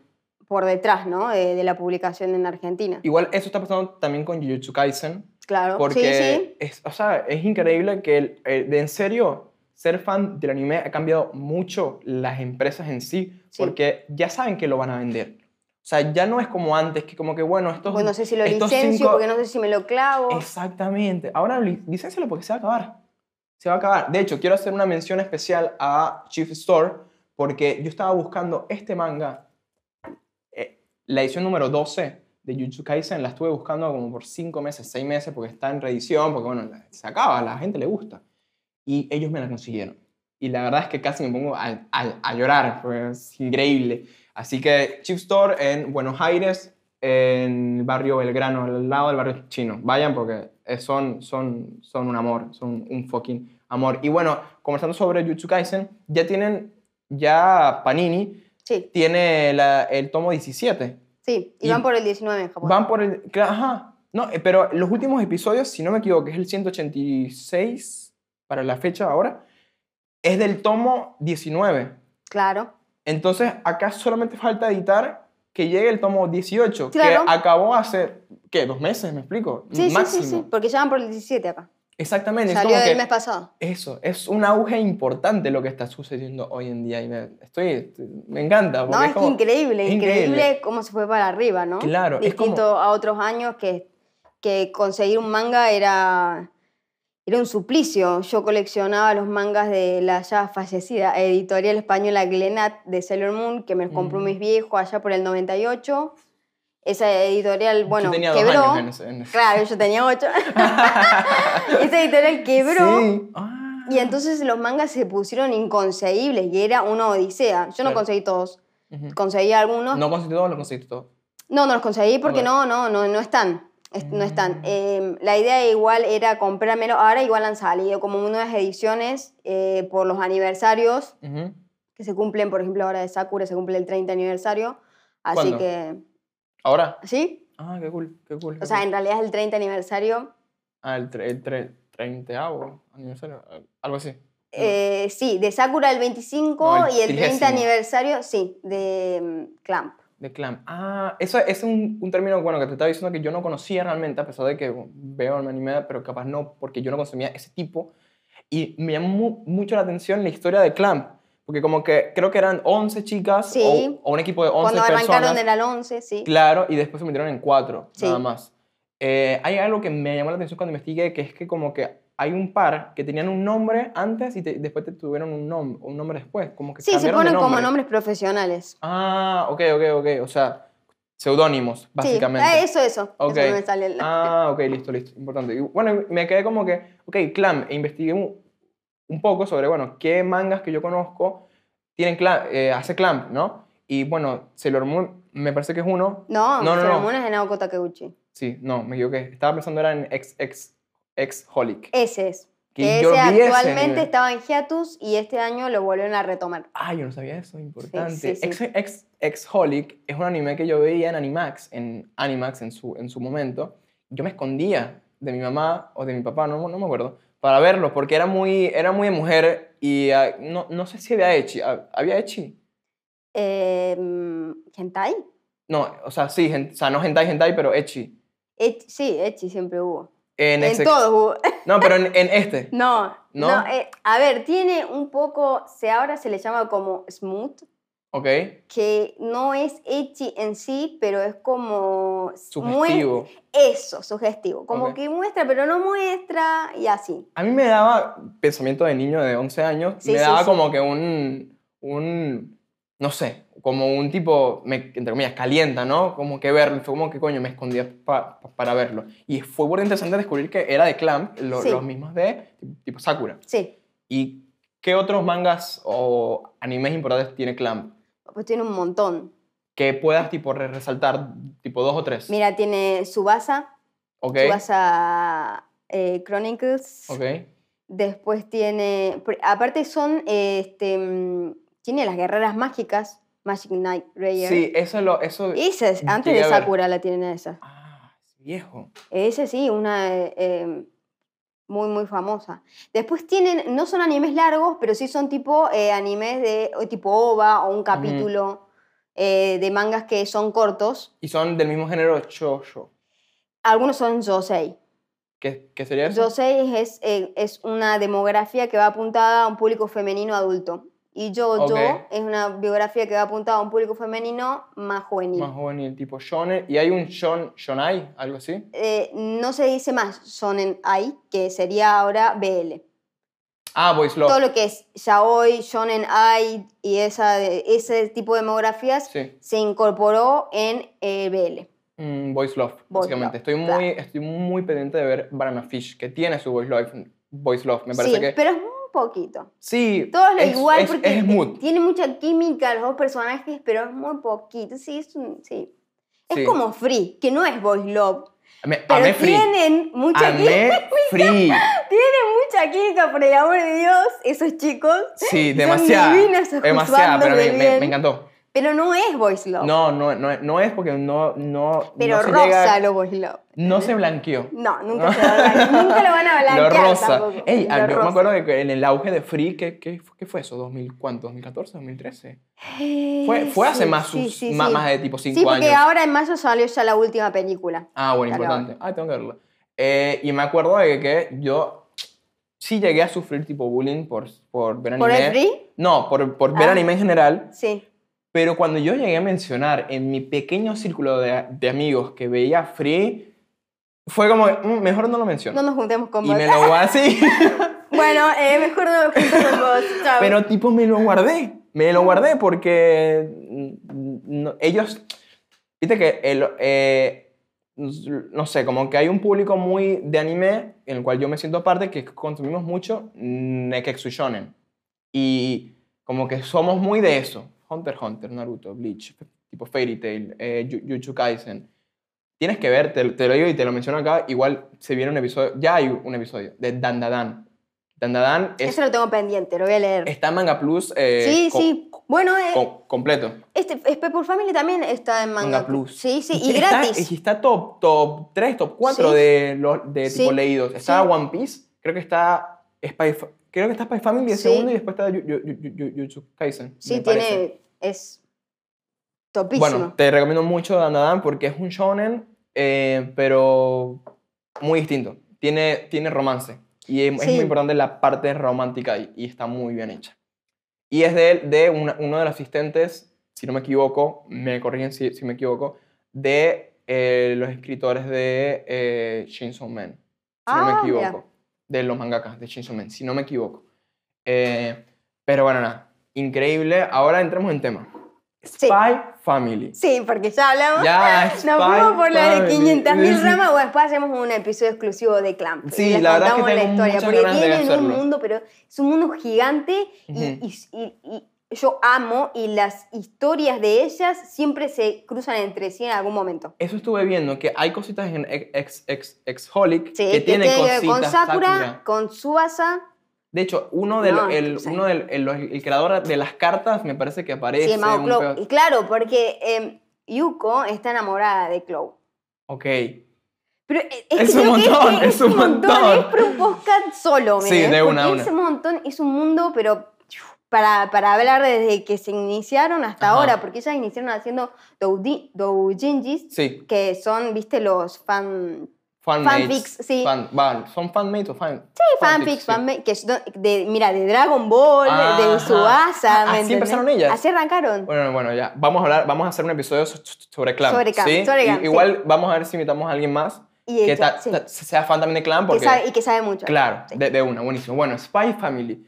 [SPEAKER 2] por detrás, ¿no? Eh, de la publicación en Argentina.
[SPEAKER 1] Igual eso está pasando también con Jujutsu Kaisen.
[SPEAKER 2] Claro.
[SPEAKER 1] Porque
[SPEAKER 2] Sí,
[SPEAKER 1] Es, o sea, es increíble que, el- el- de en serio, ser fan del anime ha cambiado mucho las empresas en sí,
[SPEAKER 2] Sí.
[SPEAKER 1] porque ya saben que lo van a vender. O sea, ya no es como antes, que como que, bueno,
[SPEAKER 2] sí.
[SPEAKER 1] estos...
[SPEAKER 2] Pues no sé si lo
[SPEAKER 1] estos
[SPEAKER 2] licencio,
[SPEAKER 1] cinco-
[SPEAKER 2] porque no sé si me lo clavo.
[SPEAKER 1] Exactamente. Ahora li- licéncialo porque se va a acabar. Se va a acabar. De hecho, quiero hacer una mención especial a Chief Store porque yo estaba buscando este manga. eh, la edición número 12 de Jujutsu Kaisen la estuve buscando como por 5 meses, 6 meses porque está en reedición, porque bueno, la- se acaba, a la gente le gusta. Y ellos me la consiguieron. Y la verdad es que casi me pongo a, a- a llorar, porque es increíble. Así que Chief Store en Buenos Aires, en el barrio Belgrano, al lado del barrio chino. Vayan porque eh, son, son, son un amor, son un fucking amor. Y bueno, conversando sobre Jujutsu Kaisen, ya tienen, ya Panini
[SPEAKER 2] Sí,
[SPEAKER 1] tiene la- el tomo 17.
[SPEAKER 2] sí. Y,
[SPEAKER 1] Y-
[SPEAKER 2] van por el 19 en Japón.
[SPEAKER 1] Van por el, cla- ajá, no, eh, pero los últimos episodios, si no me equivoco, es el 186 para la fecha ahora, es del tomo 19.
[SPEAKER 2] Claro.
[SPEAKER 1] Entonces, acá solamente falta editar que llegue el tomo 18,
[SPEAKER 2] Claro.
[SPEAKER 1] que acabó hace, ¿qué? ¿Dos meses? ¿Me explico?
[SPEAKER 2] Sí, sí, sí,
[SPEAKER 1] Máximo.
[SPEAKER 2] sí. Porque ya van por el 17 acá.
[SPEAKER 1] Exactamente. es
[SPEAKER 2] Salió
[SPEAKER 1] como
[SPEAKER 2] el
[SPEAKER 1] que-
[SPEAKER 2] mes pasado.
[SPEAKER 1] Eso, es un auge importante lo que está sucediendo hoy en día y me, estoy, estoy- me encanta.
[SPEAKER 2] No,
[SPEAKER 1] Porque
[SPEAKER 2] es,
[SPEAKER 1] es, como,
[SPEAKER 2] que increíble,
[SPEAKER 1] es
[SPEAKER 2] increíble,
[SPEAKER 1] increíble.
[SPEAKER 2] cómo se fue para arriba, ¿no?
[SPEAKER 1] Claro, es como-
[SPEAKER 2] Distinto a otros años que, que conseguir un manga era, era un suplicio. Yo coleccionaba los mangas de la ya fallecida editorial española Glenat de Sailor Moon, que me los compró
[SPEAKER 1] Mm.
[SPEAKER 2] mis viejos allá por el 98. Esa editorial, bueno,
[SPEAKER 1] Yo tenía dos
[SPEAKER 2] quebró.
[SPEAKER 1] años en ese- en ese-
[SPEAKER 2] Claro, yo tenía ocho. *laughs* Esa editorial quebró.
[SPEAKER 1] Sí. Ah.
[SPEAKER 2] Y entonces los mangas se pusieron inconcebibles y era una odisea. Yo
[SPEAKER 1] Claro.
[SPEAKER 2] no conseguí todos.
[SPEAKER 1] Ujú.
[SPEAKER 2] Conseguí algunos. No,
[SPEAKER 1] No conseguí todo, no conseguí todo.
[SPEAKER 2] no, los conseguí porque
[SPEAKER 1] Ok.
[SPEAKER 2] no, no, no, no están. Es- No
[SPEAKER 1] Mm.
[SPEAKER 2] están. Eh, la idea igual era comprármelo. Ahora igual han salido como unas ediciones eh, por los aniversarios
[SPEAKER 1] Ujú.
[SPEAKER 2] que se cumplen, por ejemplo, ahora de Sakura se cumple el 30 aniversario. Así
[SPEAKER 1] ¿Cuándo?
[SPEAKER 2] que,
[SPEAKER 1] Ahora.
[SPEAKER 2] ¿sí?
[SPEAKER 1] Ah, qué cool, qué cool.
[SPEAKER 2] O
[SPEAKER 1] qué
[SPEAKER 2] sea,
[SPEAKER 1] cool.
[SPEAKER 2] en realidad es el 30 aniversario.
[SPEAKER 1] Ah, el, tre- el tre- 30avo aniversario, al- algo así.
[SPEAKER 2] Eh, sí, de Sakura el 25
[SPEAKER 1] Mm. No, el
[SPEAKER 2] y el 30
[SPEAKER 1] trigésimo.
[SPEAKER 2] aniversario, sí, de mm, Clamp.
[SPEAKER 1] De clan. Ah, eso es un, un término bueno que te estaba diciendo que yo no conocía realmente, a pesar de que veo el anime, pero capaz no, porque yo no consumía ese tipo. Y me llamó mu- mucho la atención la historia de Clamp, porque como que creo que eran 11 chicas
[SPEAKER 2] Sí.
[SPEAKER 1] o, o un equipo de 11
[SPEAKER 2] Cuando arrancaron
[SPEAKER 1] personas.
[SPEAKER 2] era el 11, sí.
[SPEAKER 1] Claro, y después se metieron en cuatro,
[SPEAKER 2] Sí.
[SPEAKER 1] nada más. Eh, hay algo que me llamó la atención cuando investigué, que es que como que hay un par que tenían un nombre antes y te- después te tuvieron un, nom- un nombre después, como que
[SPEAKER 2] sí, se
[SPEAKER 1] cambiaron de
[SPEAKER 2] ponen como
[SPEAKER 1] nombre.
[SPEAKER 2] nombres profesionales.
[SPEAKER 1] Ah, ok, ok, ok, o sea, seudónimos, básicamente.
[SPEAKER 2] Sí, eh, eso, eso. Eso
[SPEAKER 1] Ok.
[SPEAKER 2] no me sale el-
[SPEAKER 1] Ah, ok, listo, listo, importante. Y bueno, me quedé como que, ok, Clam, e investigué un, un poco sobre, bueno, qué mangas que yo conozco tienen Clamp, eh, hace Clamp, ¿no? Y bueno, Sailor Moon me parece que es uno.
[SPEAKER 2] No,
[SPEAKER 1] No, no,
[SPEAKER 2] Sailor
[SPEAKER 1] no.
[SPEAKER 2] Moon es de Naoko Takeuchi.
[SPEAKER 1] Sí, no, me equivoqué. Estaba pensando era en ex, ex, ex Holic.
[SPEAKER 2] Ese es.
[SPEAKER 1] Que
[SPEAKER 2] Que
[SPEAKER 1] yo
[SPEAKER 2] ese
[SPEAKER 1] vi ese
[SPEAKER 2] actualmente
[SPEAKER 1] anime.
[SPEAKER 2] estaba en hiatus y este año lo volvieron a retomar.
[SPEAKER 1] Ah, yo no sabía eso, importante.
[SPEAKER 2] sí, sí.
[SPEAKER 1] Ex, ex, Exholic es un anime que yo veía en Animax, en Animax en su, en su momento. Yo me escondía de mi mamá o de mi papá, no, no me acuerdo, para verlo, porque era muy, era muy de mujer y ah, no, no sé si había Echi. ah, ¿Había Echi?
[SPEAKER 2] Eh, mm, ¿Hentai?
[SPEAKER 1] No, o sea, sí, gen- o sea, no hentai, hentai, pero Echi.
[SPEAKER 2] Echi- sí, Echi siempre hubo.
[SPEAKER 1] En,
[SPEAKER 2] en
[SPEAKER 1] ese- *laughs*
[SPEAKER 2] todos hubo.
[SPEAKER 1] No, pero en, en este.
[SPEAKER 2] no,
[SPEAKER 1] ¿No?
[SPEAKER 2] no. eh, a ver, tiene un poco, se, ahora se le llama como smooth,
[SPEAKER 1] Ok,
[SPEAKER 2] que no es Echi en sí, pero es como... muy
[SPEAKER 1] sugestivo.
[SPEAKER 2] Eso, sugestivo. Como
[SPEAKER 1] Ok.
[SPEAKER 2] que muestra, pero no muestra, y así.
[SPEAKER 1] A mí me daba, pensamiento de niño de 11 años,
[SPEAKER 2] Sí,
[SPEAKER 1] me
[SPEAKER 2] sí,
[SPEAKER 1] daba
[SPEAKER 2] sí.
[SPEAKER 1] como que un, un, no sé, como un tipo, me- entre comillas, calienta, ¿no? Como que verlo, fue como que coño, me escondía pa- pa- para verlo. Y fue muy interesante descubrir que era de Clamp, lo-
[SPEAKER 2] Sí.
[SPEAKER 1] los mismos de tipo Sakura.
[SPEAKER 2] Sí,
[SPEAKER 1] ¿Y qué otros mangas o animes importantes tiene Clamp?
[SPEAKER 2] pues tiene un montón.
[SPEAKER 1] Que puedas tipo re- resaltar, tipo dos o tres.
[SPEAKER 2] Mira, tiene Subasa,
[SPEAKER 1] ok,
[SPEAKER 2] Subasa eh, Chronicles.
[SPEAKER 1] ok,
[SPEAKER 2] Después tiene. pr- Aparte, son. eh, este, mm, tiene las guerreras mágicas. Magic Knight Rayer.
[SPEAKER 1] Sí, eso lo. Eso,
[SPEAKER 2] Esa es, antes
[SPEAKER 1] llegué
[SPEAKER 2] de
[SPEAKER 1] a ver.
[SPEAKER 2] Sakura la tienen a esa.
[SPEAKER 1] Ah, es viejo.
[SPEAKER 2] Esa sí, una eh, eh, muy, muy famosa. Después tienen, no son animes largos, pero sí son tipo eh, animes de o tipo OVA o un capítulo eh, de mangas que son cortos.
[SPEAKER 1] Y son del mismo género shoujo.
[SPEAKER 2] Algunos son Josei.
[SPEAKER 1] ¿Qué, qué sería eso?
[SPEAKER 2] Josei es, eh, es una demografía que va apuntada a un público femenino adulto. Y Jojo
[SPEAKER 1] Ok.
[SPEAKER 2] es una biografía que va apuntada a un público femenino más juvenil.
[SPEAKER 1] Más joven y el tipo shonen. Y hay un shon, shonai, algo así.
[SPEAKER 2] Eh, no se dice más Sonen Ai, que sería ahora BL.
[SPEAKER 1] Ah, Voice Love.
[SPEAKER 2] todo lo que es yaoi, shonen ai y esa de- ese tipo de demografías
[SPEAKER 1] Sí.
[SPEAKER 2] se incorporó en eh, BL.
[SPEAKER 1] Mm, voice Love,
[SPEAKER 2] Voice
[SPEAKER 1] básicamente.
[SPEAKER 2] Love,
[SPEAKER 1] Estoy,
[SPEAKER 2] claro.
[SPEAKER 1] muy, estoy muy pendiente de ver Banana Fish, que tiene su Voice Love. Voice Love, me parece
[SPEAKER 2] sí,
[SPEAKER 1] que.
[SPEAKER 2] pero es un poquito.
[SPEAKER 1] Sí.
[SPEAKER 2] Todo es lo
[SPEAKER 1] es-
[SPEAKER 2] igual
[SPEAKER 1] es-
[SPEAKER 2] porque
[SPEAKER 1] es mood.
[SPEAKER 2] tiene mucha química los dos personajes, pero es muy poquito. Sí, es un- sí. Es
[SPEAKER 1] Sí.
[SPEAKER 2] como Free, que no es voice love,
[SPEAKER 1] Me-
[SPEAKER 2] pero
[SPEAKER 1] amé Free.
[SPEAKER 2] tienen mucha
[SPEAKER 1] Amé
[SPEAKER 2] química, *laughs*
[SPEAKER 1] Free.
[SPEAKER 2] tienen mucha química, por el amor de Dios, esos chicos.
[SPEAKER 1] Sí,
[SPEAKER 2] Son
[SPEAKER 1] demasiado.
[SPEAKER 2] divinos esos
[SPEAKER 1] Demasiado, pero
[SPEAKER 2] juzgandos
[SPEAKER 1] me,
[SPEAKER 2] de
[SPEAKER 1] me-
[SPEAKER 2] bien.
[SPEAKER 1] me encantó.
[SPEAKER 2] Pero no es voice love.
[SPEAKER 1] No, no, no, no es porque no. no
[SPEAKER 2] pero
[SPEAKER 1] no se
[SPEAKER 2] rosa
[SPEAKER 1] llega-
[SPEAKER 2] lo voice love.
[SPEAKER 1] No se blanqueó.
[SPEAKER 2] No, nunca se va
[SPEAKER 1] *laughs*
[SPEAKER 2] a hablar. nunca lo van a hablar.
[SPEAKER 1] Lo
[SPEAKER 2] ya
[SPEAKER 1] rosa.
[SPEAKER 2] tampoco.
[SPEAKER 1] Ey,
[SPEAKER 2] Lo
[SPEAKER 1] yo me
[SPEAKER 2] rosa.
[SPEAKER 1] acuerdo de que en el auge de Free, ¿qué, qué, fu- qué fue eso? ¿2000 cuánto? ¿2014? ¿2013? Fue,
[SPEAKER 2] Eh,
[SPEAKER 1] fue hace
[SPEAKER 2] sí,
[SPEAKER 1] más,
[SPEAKER 2] sí,
[SPEAKER 1] sus-
[SPEAKER 2] sí,
[SPEAKER 1] más,
[SPEAKER 2] sí.
[SPEAKER 1] más de tipo
[SPEAKER 2] Sí,
[SPEAKER 1] 5
[SPEAKER 2] porque
[SPEAKER 1] años.
[SPEAKER 2] ahora en mayo salió ya la última película.
[SPEAKER 1] Ah, bueno,
[SPEAKER 2] Claro.
[SPEAKER 1] importante. Ah, tengo que verlo. Eh, y me acuerdo de que yo sí llegué a sufrir tipo bullying por, por ver anime.
[SPEAKER 2] ¿Por el free?
[SPEAKER 1] No, por, por ver
[SPEAKER 2] Ah.
[SPEAKER 1] anime en general.
[SPEAKER 2] Sí.
[SPEAKER 1] Pero cuando yo llegué a mencionar en mi pequeño círculo de, de amigos que veía Free, fue como, "Mm, mejor no lo menciono.
[SPEAKER 2] No nos juntemos con
[SPEAKER 1] y
[SPEAKER 2] vos.
[SPEAKER 1] me lo voy
[SPEAKER 2] *laughs*
[SPEAKER 1] así.
[SPEAKER 2] Bueno, eh, mejor no nos juntemos
[SPEAKER 1] *laughs*
[SPEAKER 2] con vos. Chao.
[SPEAKER 1] Pero tipo me lo guardé, me lo guardé porque mm, no- ellos, viste que, el- eh, no sé, como que hay un público muy de anime en el cual yo me siento aparte que consumimos mucho mm, Neketsu Shonen. Y como que somos muy de eso. Hunter x Hunter, Naruto, Bleach, tipo Fairy Tail, eh, Yu- Jujutsu Kaisen. Tienes que ver, te, te lo digo y te lo menciono acá, igual se viene un episodio, ya hay un episodio de Dandadan. Dandadan es
[SPEAKER 2] Eso lo tengo pendiente, lo voy a leer.
[SPEAKER 1] Está en Manga Plus. eh,
[SPEAKER 2] sí,
[SPEAKER 1] co-
[SPEAKER 2] sí. Bueno, eh,
[SPEAKER 1] co- completo.
[SPEAKER 2] este es Pepper Family también está en Manga,
[SPEAKER 1] Manga Plus.
[SPEAKER 2] Sí, sí, y
[SPEAKER 1] está,
[SPEAKER 2] gratis.
[SPEAKER 1] y está top, top 3, top 4
[SPEAKER 2] Sí.
[SPEAKER 1] de, los de tipo
[SPEAKER 2] Sí,
[SPEAKER 1] leídos. Está
[SPEAKER 2] sí.
[SPEAKER 1] One Piece, creo que está Spy, Fa- creo que está Spy Family de
[SPEAKER 2] Sí.
[SPEAKER 1] segundo y después está Yu- Yu- Yu- Yu- Yu- Jujutsu Kaisen.
[SPEAKER 2] sí,
[SPEAKER 1] me parece.
[SPEAKER 2] tiene. Es topísimo.
[SPEAKER 1] Bueno, te recomiendo mucho Dandadan porque es un shonen, eh, pero muy distinto. Tiene, tiene romance y es, es
[SPEAKER 2] Sí.
[SPEAKER 1] muy importante la parte romántica ahí y está muy bien hecha. Y es de, de una- uno de los asistentes, si no me equivoco, me corrigen si, si me equivoco, de eh, los escritores de eh, Chainsaw Man, si no me
[SPEAKER 2] Ah, mira.
[SPEAKER 1] equivoco, de los mangakas de Chainsaw Man, si no me equivoco. Eh, pero bueno, nada, increíble. Ahora entremos en tema. Spy
[SPEAKER 2] Sí.
[SPEAKER 1] Family.
[SPEAKER 2] Sí, porque ya hablamos.
[SPEAKER 1] Ya, Spy
[SPEAKER 2] *laughs* Nos fuimos por la de
[SPEAKER 1] Family.
[SPEAKER 2] 500.000 ramas o después hacemos un episodio exclusivo de Clamp.
[SPEAKER 1] Sí,
[SPEAKER 2] y les
[SPEAKER 1] la verdad es que
[SPEAKER 2] contamos la
[SPEAKER 1] tengo
[SPEAKER 2] historia.
[SPEAKER 1] muchas
[SPEAKER 2] Porque
[SPEAKER 1] ganas de
[SPEAKER 2] tienen un
[SPEAKER 1] hacerlo.
[SPEAKER 2] mundo, pero es un mundo gigante y,
[SPEAKER 1] Ujú.
[SPEAKER 2] y- y- y yo amo y las historias de ellas siempre se cruzan entre sí en algún momento.
[SPEAKER 1] Eso estuve viendo, que hay cositas en ex, ex, Exholic
[SPEAKER 2] Sí,
[SPEAKER 1] que tienen
[SPEAKER 2] que ver
[SPEAKER 1] cositas.
[SPEAKER 2] con Sakura,
[SPEAKER 1] Sakura.
[SPEAKER 2] con Suasa.
[SPEAKER 1] De hecho, uno del,
[SPEAKER 2] No,
[SPEAKER 1] el,
[SPEAKER 2] sí.
[SPEAKER 1] uno del el, el creador de las cartas me parece que aparece.
[SPEAKER 2] Sí, el mago
[SPEAKER 1] un
[SPEAKER 2] Clow.
[SPEAKER 1] pedazo-
[SPEAKER 2] Y claro, porque em, Yuko está enamorada de Clow.
[SPEAKER 1] Ok.
[SPEAKER 2] Pero eh,
[SPEAKER 1] Es
[SPEAKER 2] es, que
[SPEAKER 1] un
[SPEAKER 2] creo que
[SPEAKER 1] montón,
[SPEAKER 2] este
[SPEAKER 1] es un montón.
[SPEAKER 2] Es para un podcast solo,
[SPEAKER 1] Sí,
[SPEAKER 2] ¿me
[SPEAKER 1] de
[SPEAKER 2] ves?
[SPEAKER 1] una a una.
[SPEAKER 2] Porque Ese montón es un mundo, pero para, para hablar desde que se iniciaron hasta
[SPEAKER 1] Ajá.
[SPEAKER 2] ahora, porque ellas iniciaron haciendo doudi- doujinjis,
[SPEAKER 1] Sí,
[SPEAKER 2] que son, viste, los fan,
[SPEAKER 1] fanmates.
[SPEAKER 2] Fanfics, sí.
[SPEAKER 1] Fan, van, ¿Son fanmates o fan?
[SPEAKER 2] sí, fanfics,
[SPEAKER 1] sí.
[SPEAKER 2] fanma- que son de, mira, de Dragon Ball, de- de
[SPEAKER 1] Ajá. Ah,
[SPEAKER 2] Suasa,
[SPEAKER 1] así empezaron ellas.
[SPEAKER 2] Así arrancaron.
[SPEAKER 1] Bueno, bueno, ya. Vamos a hablar, vamos a hacer un episodio so- sobre Clamp.
[SPEAKER 2] Sobre Clamp,
[SPEAKER 1] ¿sí?
[SPEAKER 2] sobre
[SPEAKER 1] Y-
[SPEAKER 2] Clamp, sí.
[SPEAKER 1] Igual vamos a ver si invitamos a alguien más
[SPEAKER 2] y
[SPEAKER 1] que
[SPEAKER 2] ella,
[SPEAKER 1] ta-
[SPEAKER 2] sí,
[SPEAKER 1] ta- sea fan también de Clamp.
[SPEAKER 2] que
[SPEAKER 1] Porque...
[SPEAKER 2] sabe, y que sabe mucho.
[SPEAKER 1] Claro,
[SPEAKER 2] Sí.
[SPEAKER 1] de, de una, buenísimo. Bueno, Spy Family.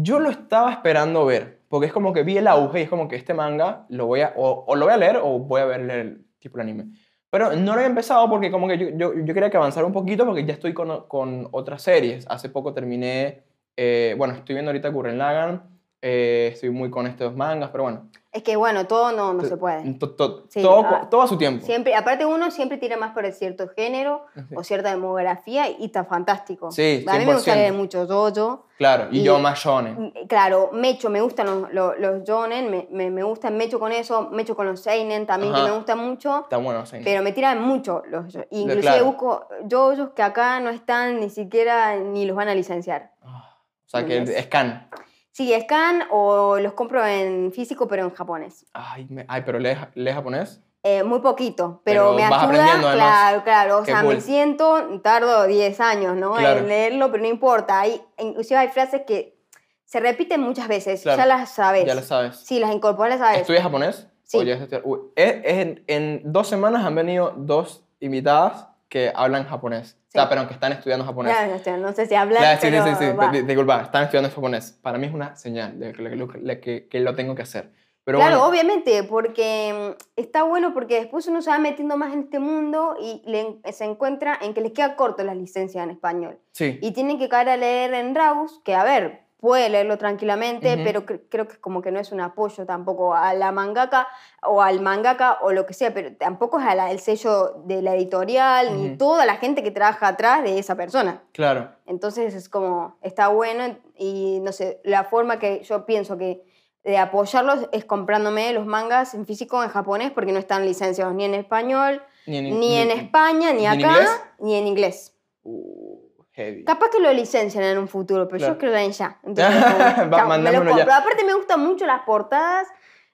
[SPEAKER 1] Yo lo estaba esperando ver, porque es como que vi el auge y es como que este manga lo voy a, o, o lo voy a leer o voy a ver el tipo de anime. Pero no lo he empezado porque como que yo, yo, yo quería que avanzara un poquito porque ya estoy con, con otras series. Hace poco terminé, eh, bueno, estoy viendo ahorita Gurren Lagann, eh, estoy muy con estos mangas, pero bueno.
[SPEAKER 2] Es que bueno, todo no, no se puede.
[SPEAKER 1] To- to-
[SPEAKER 2] Sí,
[SPEAKER 1] todo,
[SPEAKER 2] ah,
[SPEAKER 1] todo a su tiempo.
[SPEAKER 2] Siempre, aparte uno siempre tira más por el cierto género
[SPEAKER 1] Sí.
[SPEAKER 2] o cierta demografía y está fantástico.
[SPEAKER 1] Sí,
[SPEAKER 2] A mí me gusta
[SPEAKER 1] 100%.
[SPEAKER 2] leer mucho yo-yo.
[SPEAKER 1] Claro, y,
[SPEAKER 2] y-
[SPEAKER 1] yo más shonen.
[SPEAKER 2] Mm, Claro, Mecho, me gustan los, los, los shonen, me, me, me gustan Mecho con eso, Mecho con los Seinen también,
[SPEAKER 1] Ajá.
[SPEAKER 2] que me gustan mucho,
[SPEAKER 1] Está bueno, sí.
[SPEAKER 2] pero me tiran mucho los yo. Inclusive
[SPEAKER 1] claro.
[SPEAKER 2] busco yoyos que acá no están ni siquiera, ni los van a licenciar.
[SPEAKER 1] Ah, o sea, que
[SPEAKER 2] Yes.
[SPEAKER 1] es can.
[SPEAKER 2] Sí, scan o los compro en físico, pero en japonés.
[SPEAKER 1] Ay, me- ay, pero lees, lees japonés.
[SPEAKER 2] Eh, muy poquito, pero,
[SPEAKER 1] Pero
[SPEAKER 2] me
[SPEAKER 1] vas
[SPEAKER 2] ayuda.
[SPEAKER 1] aprendiendo, además.
[SPEAKER 2] Claro, claro. O
[SPEAKER 1] Qué
[SPEAKER 2] sea,
[SPEAKER 1] cool.
[SPEAKER 2] me siento, tardo 10 años, ¿no?
[SPEAKER 1] Claro.
[SPEAKER 2] En leerlo, pero no importa. Hay, inclusive hay frases que se repiten muchas veces,
[SPEAKER 1] Claro,
[SPEAKER 2] ya las sabes.
[SPEAKER 1] Ya lo sabes.
[SPEAKER 2] Pues, Sí, las incorporas, las sabes.
[SPEAKER 1] ¿Estudias japonés?
[SPEAKER 2] Sí.
[SPEAKER 1] O llegas a estudiar- Uy, es- es en, en dos semanas han venido dos invitadas que hablan japonés. O sea,
[SPEAKER 2] Sí.
[SPEAKER 1] pero que están estudiando japonés.
[SPEAKER 2] Ya, o sea, no sé si hablar,
[SPEAKER 1] Claro, sí, sí,
[SPEAKER 2] pero
[SPEAKER 1] sí, sí,
[SPEAKER 2] va.
[SPEAKER 1] di- Disculpa, están estudiando japonés. Para mí es una señal de que, lo- lo- lo- que- que lo tengo que hacer. Pero
[SPEAKER 2] claro,
[SPEAKER 1] bueno,
[SPEAKER 2] obviamente, porque mm, está bueno porque después uno se va metiendo más en este mundo y le en- se encuentra en que les queda corto las licencias en español.
[SPEAKER 1] sí.
[SPEAKER 2] Y tienen que caer a leer en Raus, que a ver, puede leerlo tranquilamente,
[SPEAKER 1] Ujú.
[SPEAKER 2] pero cre- creo que como que no es un apoyo tampoco a la mangaka o al mangaka o lo que sea, pero tampoco es a la- el sello de la editorial ni
[SPEAKER 1] Ujú.
[SPEAKER 2] toda la gente que trabaja atrás de esa persona.
[SPEAKER 1] claro.
[SPEAKER 2] Entonces es como, está bueno y no sé, la forma que yo pienso que de apoyarlos es comprándome los mangas en físico en japonés porque no están licenciados ni en español,
[SPEAKER 1] Ni en,
[SPEAKER 2] ni,
[SPEAKER 1] in-
[SPEAKER 2] en
[SPEAKER 1] ni-
[SPEAKER 2] España, ni,
[SPEAKER 1] ni en
[SPEAKER 2] acá,
[SPEAKER 1] inglés?
[SPEAKER 2] ni en inglés.
[SPEAKER 1] Uh, heavy.
[SPEAKER 2] Capaz que lo licencian en un futuro, pero
[SPEAKER 1] Claro.
[SPEAKER 2] yo creo que
[SPEAKER 1] *laughs*
[SPEAKER 2] en ya. Entonces, como, chao, me lo
[SPEAKER 1] mandámoslo ya.
[SPEAKER 2] compro. Aparte me gustan mucho las portadas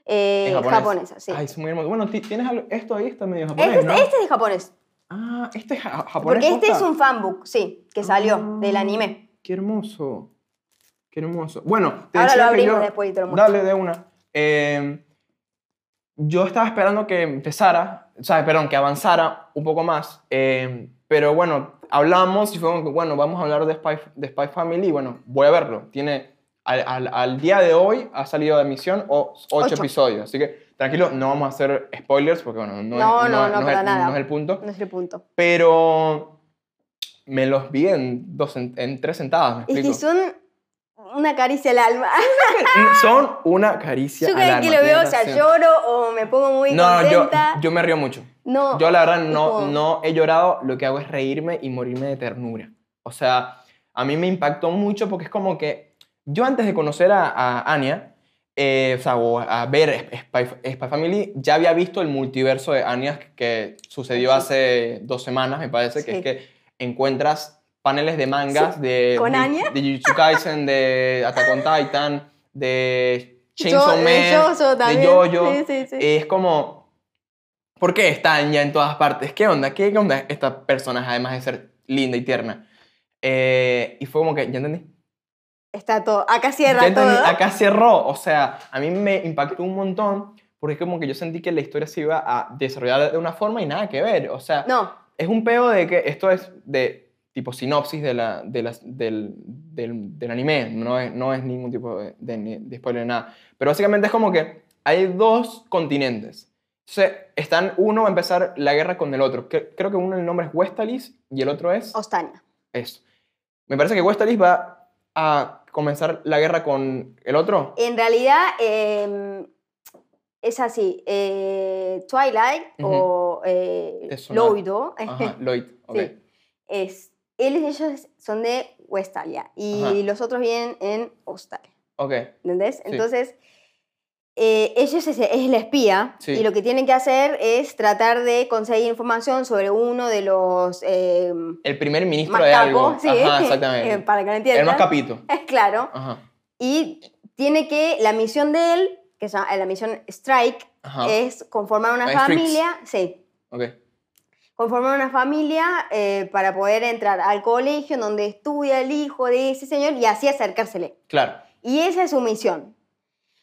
[SPEAKER 2] eh,
[SPEAKER 1] En japonés.
[SPEAKER 2] japonesas. sí.
[SPEAKER 1] Ay, es muy hermoso. Bueno, ti- tienes algo- esto ahí está medio japonés,
[SPEAKER 2] este, es-
[SPEAKER 1] ¿no?
[SPEAKER 2] este es de japonés,
[SPEAKER 1] Ah, este es ja- japonés.
[SPEAKER 2] porque este es
[SPEAKER 1] posta.
[SPEAKER 2] un fanbook, sí, que salió del
[SPEAKER 1] Ah,
[SPEAKER 2] anime.
[SPEAKER 1] Qué hermoso. Qué hermoso. Bueno, te
[SPEAKER 2] Ahora lo
[SPEAKER 1] decía que
[SPEAKER 2] abrimos
[SPEAKER 1] yo-
[SPEAKER 2] después y te lo muestro.
[SPEAKER 1] Dale, de una. Eh, yo estaba esperando que empezara, o sea, perdón, que avanzara un poco más. eh, pero bueno, hablamos y fue como que, bueno, vamos a hablar de Spy, de Spy Family. y Bueno, voy a verlo. Tiene, al, al- al día de hoy ha salido de emisión o, ocho,
[SPEAKER 2] Ocho.
[SPEAKER 1] episodios. Así que tranquilo, no vamos a hacer spoilers porque, bueno, no,
[SPEAKER 2] No,
[SPEAKER 1] es,
[SPEAKER 2] no, no,
[SPEAKER 1] es
[SPEAKER 2] para
[SPEAKER 1] el-
[SPEAKER 2] nada.
[SPEAKER 1] no es el punto.
[SPEAKER 2] No es el punto.
[SPEAKER 1] Pero me los vi en, dos, en, en tres sentadas, ¿me
[SPEAKER 2] Es
[SPEAKER 1] explico?
[SPEAKER 2] que son una caricia al alma.
[SPEAKER 1] Son una caricia
[SPEAKER 2] *laughs* yo
[SPEAKER 1] al
[SPEAKER 2] cada vez que
[SPEAKER 1] alma,
[SPEAKER 2] lo veo,
[SPEAKER 1] tienes
[SPEAKER 2] o sea,
[SPEAKER 1] razón.
[SPEAKER 2] lloro o me pongo muy
[SPEAKER 1] No, yo,
[SPEAKER 2] contenta.
[SPEAKER 1] yo me río mucho.
[SPEAKER 2] no,
[SPEAKER 1] Yo la verdad no,
[SPEAKER 2] tipo-
[SPEAKER 1] no he llorado, lo que hago es reírme y morirme de ternura. O sea, a mí me impactó mucho porque es como que yo antes de conocer a, a Anya, eh, o sea, o a ver Spy, Spy Family, ya había visto el multiverso de Anya que sucedió
[SPEAKER 2] Sí.
[SPEAKER 1] hace dos semanas, me parece, que
[SPEAKER 2] Sí.
[SPEAKER 1] es que encuentras paneles de mangas de,
[SPEAKER 2] ¿Con
[SPEAKER 1] de,
[SPEAKER 2] Anya?
[SPEAKER 1] de Jujutsu Kaisen, de Attack on Titan, de
[SPEAKER 2] yo-
[SPEAKER 1] Chainsaw Man,
[SPEAKER 2] de Yoso también.
[SPEAKER 1] de Jojo.
[SPEAKER 2] Sí, sí, sí.
[SPEAKER 1] Eh, es como, ¿por qué están ya en todas partes? ¿Qué onda? ¿Qué onda esta personaje, además de ser linda y tierna? Eh, y fue como que, ¿ya entendí?
[SPEAKER 2] Está todo. Acá
[SPEAKER 1] Ya
[SPEAKER 2] cierra todo.
[SPEAKER 1] entendí, acá cerró. O sea, a mí me impactó un montón porque es como que yo sentí que la historia se iba a desarrollar de una forma y nada que ver. O sea,
[SPEAKER 2] No,
[SPEAKER 1] es un peo de que esto es de tipo sinopsis de la, de las- del, del, del anime, no es, no es ningún tipo de, de, ni- de spoiler ni nada. Pero básicamente es como que hay dos continentes. Entonces, están, uno va a empezar la guerra con el otro. Cre- creo que uno el nombre es Westalis y el otro es
[SPEAKER 2] Ostania.
[SPEAKER 1] eso. Me parece que Westalis va a comenzar la guerra con el
[SPEAKER 2] *laughs*
[SPEAKER 1] otro.
[SPEAKER 2] En realidad, eh, es así. eh, Twilight
[SPEAKER 1] Ujú. Ah.
[SPEAKER 2] o eh,
[SPEAKER 1] Te suena.
[SPEAKER 2] Loido.
[SPEAKER 1] Ajá, Lloyd. ok.
[SPEAKER 2] Sí. Es, él y ellos son de Westalia y
[SPEAKER 1] Ajá.
[SPEAKER 2] los otros vienen en Ostalia.
[SPEAKER 1] Ok.
[SPEAKER 2] ¿Entendés? Entonces, eh, ellos es, es el espía
[SPEAKER 1] Sí.
[SPEAKER 2] y lo que tienen que hacer es tratar de conseguir información sobre uno de los eh,
[SPEAKER 1] El primer ministro
[SPEAKER 2] más
[SPEAKER 1] de algo.
[SPEAKER 2] capos, sí, *laughs*
[SPEAKER 1] Ajá,
[SPEAKER 2] eh,
[SPEAKER 1] exactamente.
[SPEAKER 2] para que lo
[SPEAKER 1] el más
[SPEAKER 2] entiendan.
[SPEAKER 1] capito.
[SPEAKER 2] *laughs* claro.
[SPEAKER 1] Ajá.
[SPEAKER 2] Y tiene que, la misión de él, que es la la misión Strike,
[SPEAKER 1] Ajá.
[SPEAKER 2] es conformar una
[SPEAKER 1] Strix.
[SPEAKER 2] familia, sí,
[SPEAKER 1] ok.
[SPEAKER 2] conformar una familia eh, para poder entrar al colegio en donde estudia el hijo de ese señor y así acercársele.
[SPEAKER 1] Claro.
[SPEAKER 2] Y esa es su misión.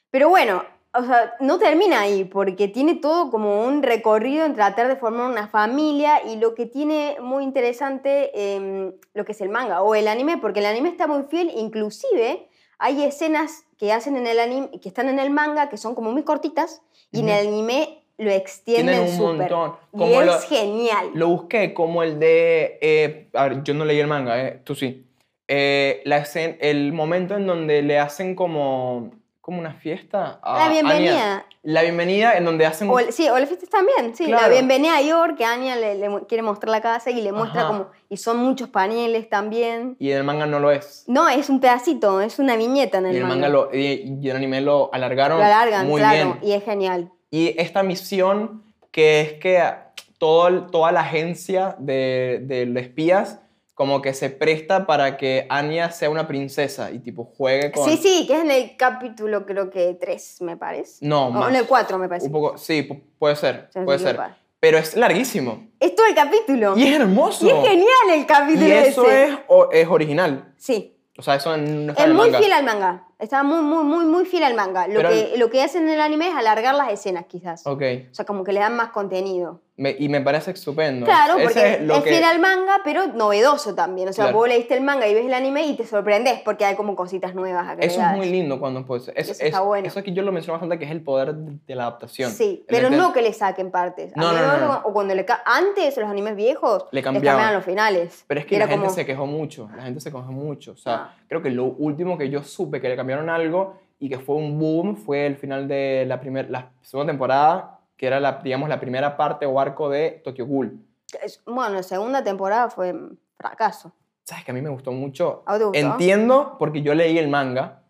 [SPEAKER 2] Pero bueno, o sea, no termina ahí, porque tiene todo como un recorrido en tratar de formar una familia y lo que tiene muy interesante em, lo que es el manga o el anime, porque el anime está muy fiel, inclusive hay escenas que hacen en el anime, que están en el manga, que son como muy cortitas, y
[SPEAKER 1] Ujú.
[SPEAKER 2] en el anime lo extienden
[SPEAKER 1] Tienen un
[SPEAKER 2] súper.
[SPEAKER 1] montón.
[SPEAKER 2] Y
[SPEAKER 1] Como
[SPEAKER 2] es
[SPEAKER 1] lo,
[SPEAKER 2] genial.
[SPEAKER 1] lo busqué como el de. eh, a ver, yo no leí el manga, eh, tú sí. Eh, la escena, el momento en donde le hacen como. como una fiesta. a
[SPEAKER 2] la
[SPEAKER 1] ah, Anya.
[SPEAKER 2] bienvenida.
[SPEAKER 1] La bienvenida en donde hacen...
[SPEAKER 2] O el- sí, o la fiesta también, sí. La
[SPEAKER 1] Claro.
[SPEAKER 2] bienvenida a York, que Anya le, le mu- quiere mostrar la casa y le muestra
[SPEAKER 1] Ajá.
[SPEAKER 2] como... Y son muchos paneles también.
[SPEAKER 1] Y en el manga no lo es.
[SPEAKER 2] No, es un pedacito, es una viñeta en
[SPEAKER 1] Y
[SPEAKER 2] el,
[SPEAKER 1] en el manga lo, y, y en el anime lo alargaron,
[SPEAKER 2] Lo alargan,
[SPEAKER 1] muy
[SPEAKER 2] claro,
[SPEAKER 1] bien.
[SPEAKER 2] y es genial.
[SPEAKER 1] Y esta misión que es que ah, todo, el- toda la agencia de, de los espías como que se presta para que Anya sea una princesa y tipo juegue con...
[SPEAKER 2] Sí, sí, que es en el capítulo creo que 3, me parece.
[SPEAKER 1] No,
[SPEAKER 2] O
[SPEAKER 1] más.
[SPEAKER 2] en el 4, me parece.
[SPEAKER 1] Un poco, sí, pu- puede ser,
[SPEAKER 2] Ya
[SPEAKER 1] puede
[SPEAKER 2] se
[SPEAKER 1] ser.
[SPEAKER 2] equivoca.
[SPEAKER 1] Pero es larguísimo.
[SPEAKER 2] Es todo el capítulo.
[SPEAKER 1] Y es hermoso.
[SPEAKER 2] Y es genial el capítulo
[SPEAKER 1] Y eso
[SPEAKER 2] ese.
[SPEAKER 1] es, o- es original.
[SPEAKER 2] Sí.
[SPEAKER 1] O sea, eso no está
[SPEAKER 2] Es
[SPEAKER 1] en el
[SPEAKER 2] muy
[SPEAKER 1] manga.
[SPEAKER 2] fiel al manga. Está muy, muy, muy, muy fiel al manga. Lo
[SPEAKER 1] Pero
[SPEAKER 2] que, lo que hacen en el anime es alargar las escenas, quizás.
[SPEAKER 1] Ok.
[SPEAKER 2] O sea, como que le dan más contenido.
[SPEAKER 1] Me- y me parece estupendo.
[SPEAKER 2] Claro,
[SPEAKER 1] Ese
[SPEAKER 2] porque es,
[SPEAKER 1] es lo que-
[SPEAKER 2] fiel al manga, pero novedoso también. O sea,
[SPEAKER 1] Claro.
[SPEAKER 2] vos leíste el manga y ves el anime y te sorprendes porque hay como cositas nuevas agregadas.
[SPEAKER 1] Eso es muy lindo cuando puede ser. Eso,
[SPEAKER 2] Eso está
[SPEAKER 1] es-
[SPEAKER 2] bueno.
[SPEAKER 1] eso aquí yo lo menciono bastante, que es el poder de la adaptación.
[SPEAKER 2] Sí,
[SPEAKER 1] El
[SPEAKER 2] pero
[SPEAKER 1] enten-
[SPEAKER 2] no que le saquen partes. A
[SPEAKER 1] No,
[SPEAKER 2] mí
[SPEAKER 1] no, no,
[SPEAKER 2] luego-
[SPEAKER 1] no.
[SPEAKER 2] O cuando le ca- antes los animes viejos
[SPEAKER 1] Le
[SPEAKER 2] les
[SPEAKER 1] cambiaban.
[SPEAKER 2] los finales.
[SPEAKER 1] Pero es que
[SPEAKER 2] Y
[SPEAKER 1] la
[SPEAKER 2] era
[SPEAKER 1] gente
[SPEAKER 2] como-
[SPEAKER 1] se quejó mucho, la gente se quejó mucho. O sea,
[SPEAKER 2] Ah.
[SPEAKER 1] creo que lo último que yo supe que le cambiaron algo y que fue un boom fue el final de la, primer, la segunda temporada, que era, la, digamos, la primera parte o arco de Tokyo Ghoul.
[SPEAKER 2] es- Bueno, la segunda temporada fue un fracaso.
[SPEAKER 1] ¿Sabes que a mí me gustó mucho?
[SPEAKER 2] ¿A vos te gustó?
[SPEAKER 1] Entiendo porque yo leí el manga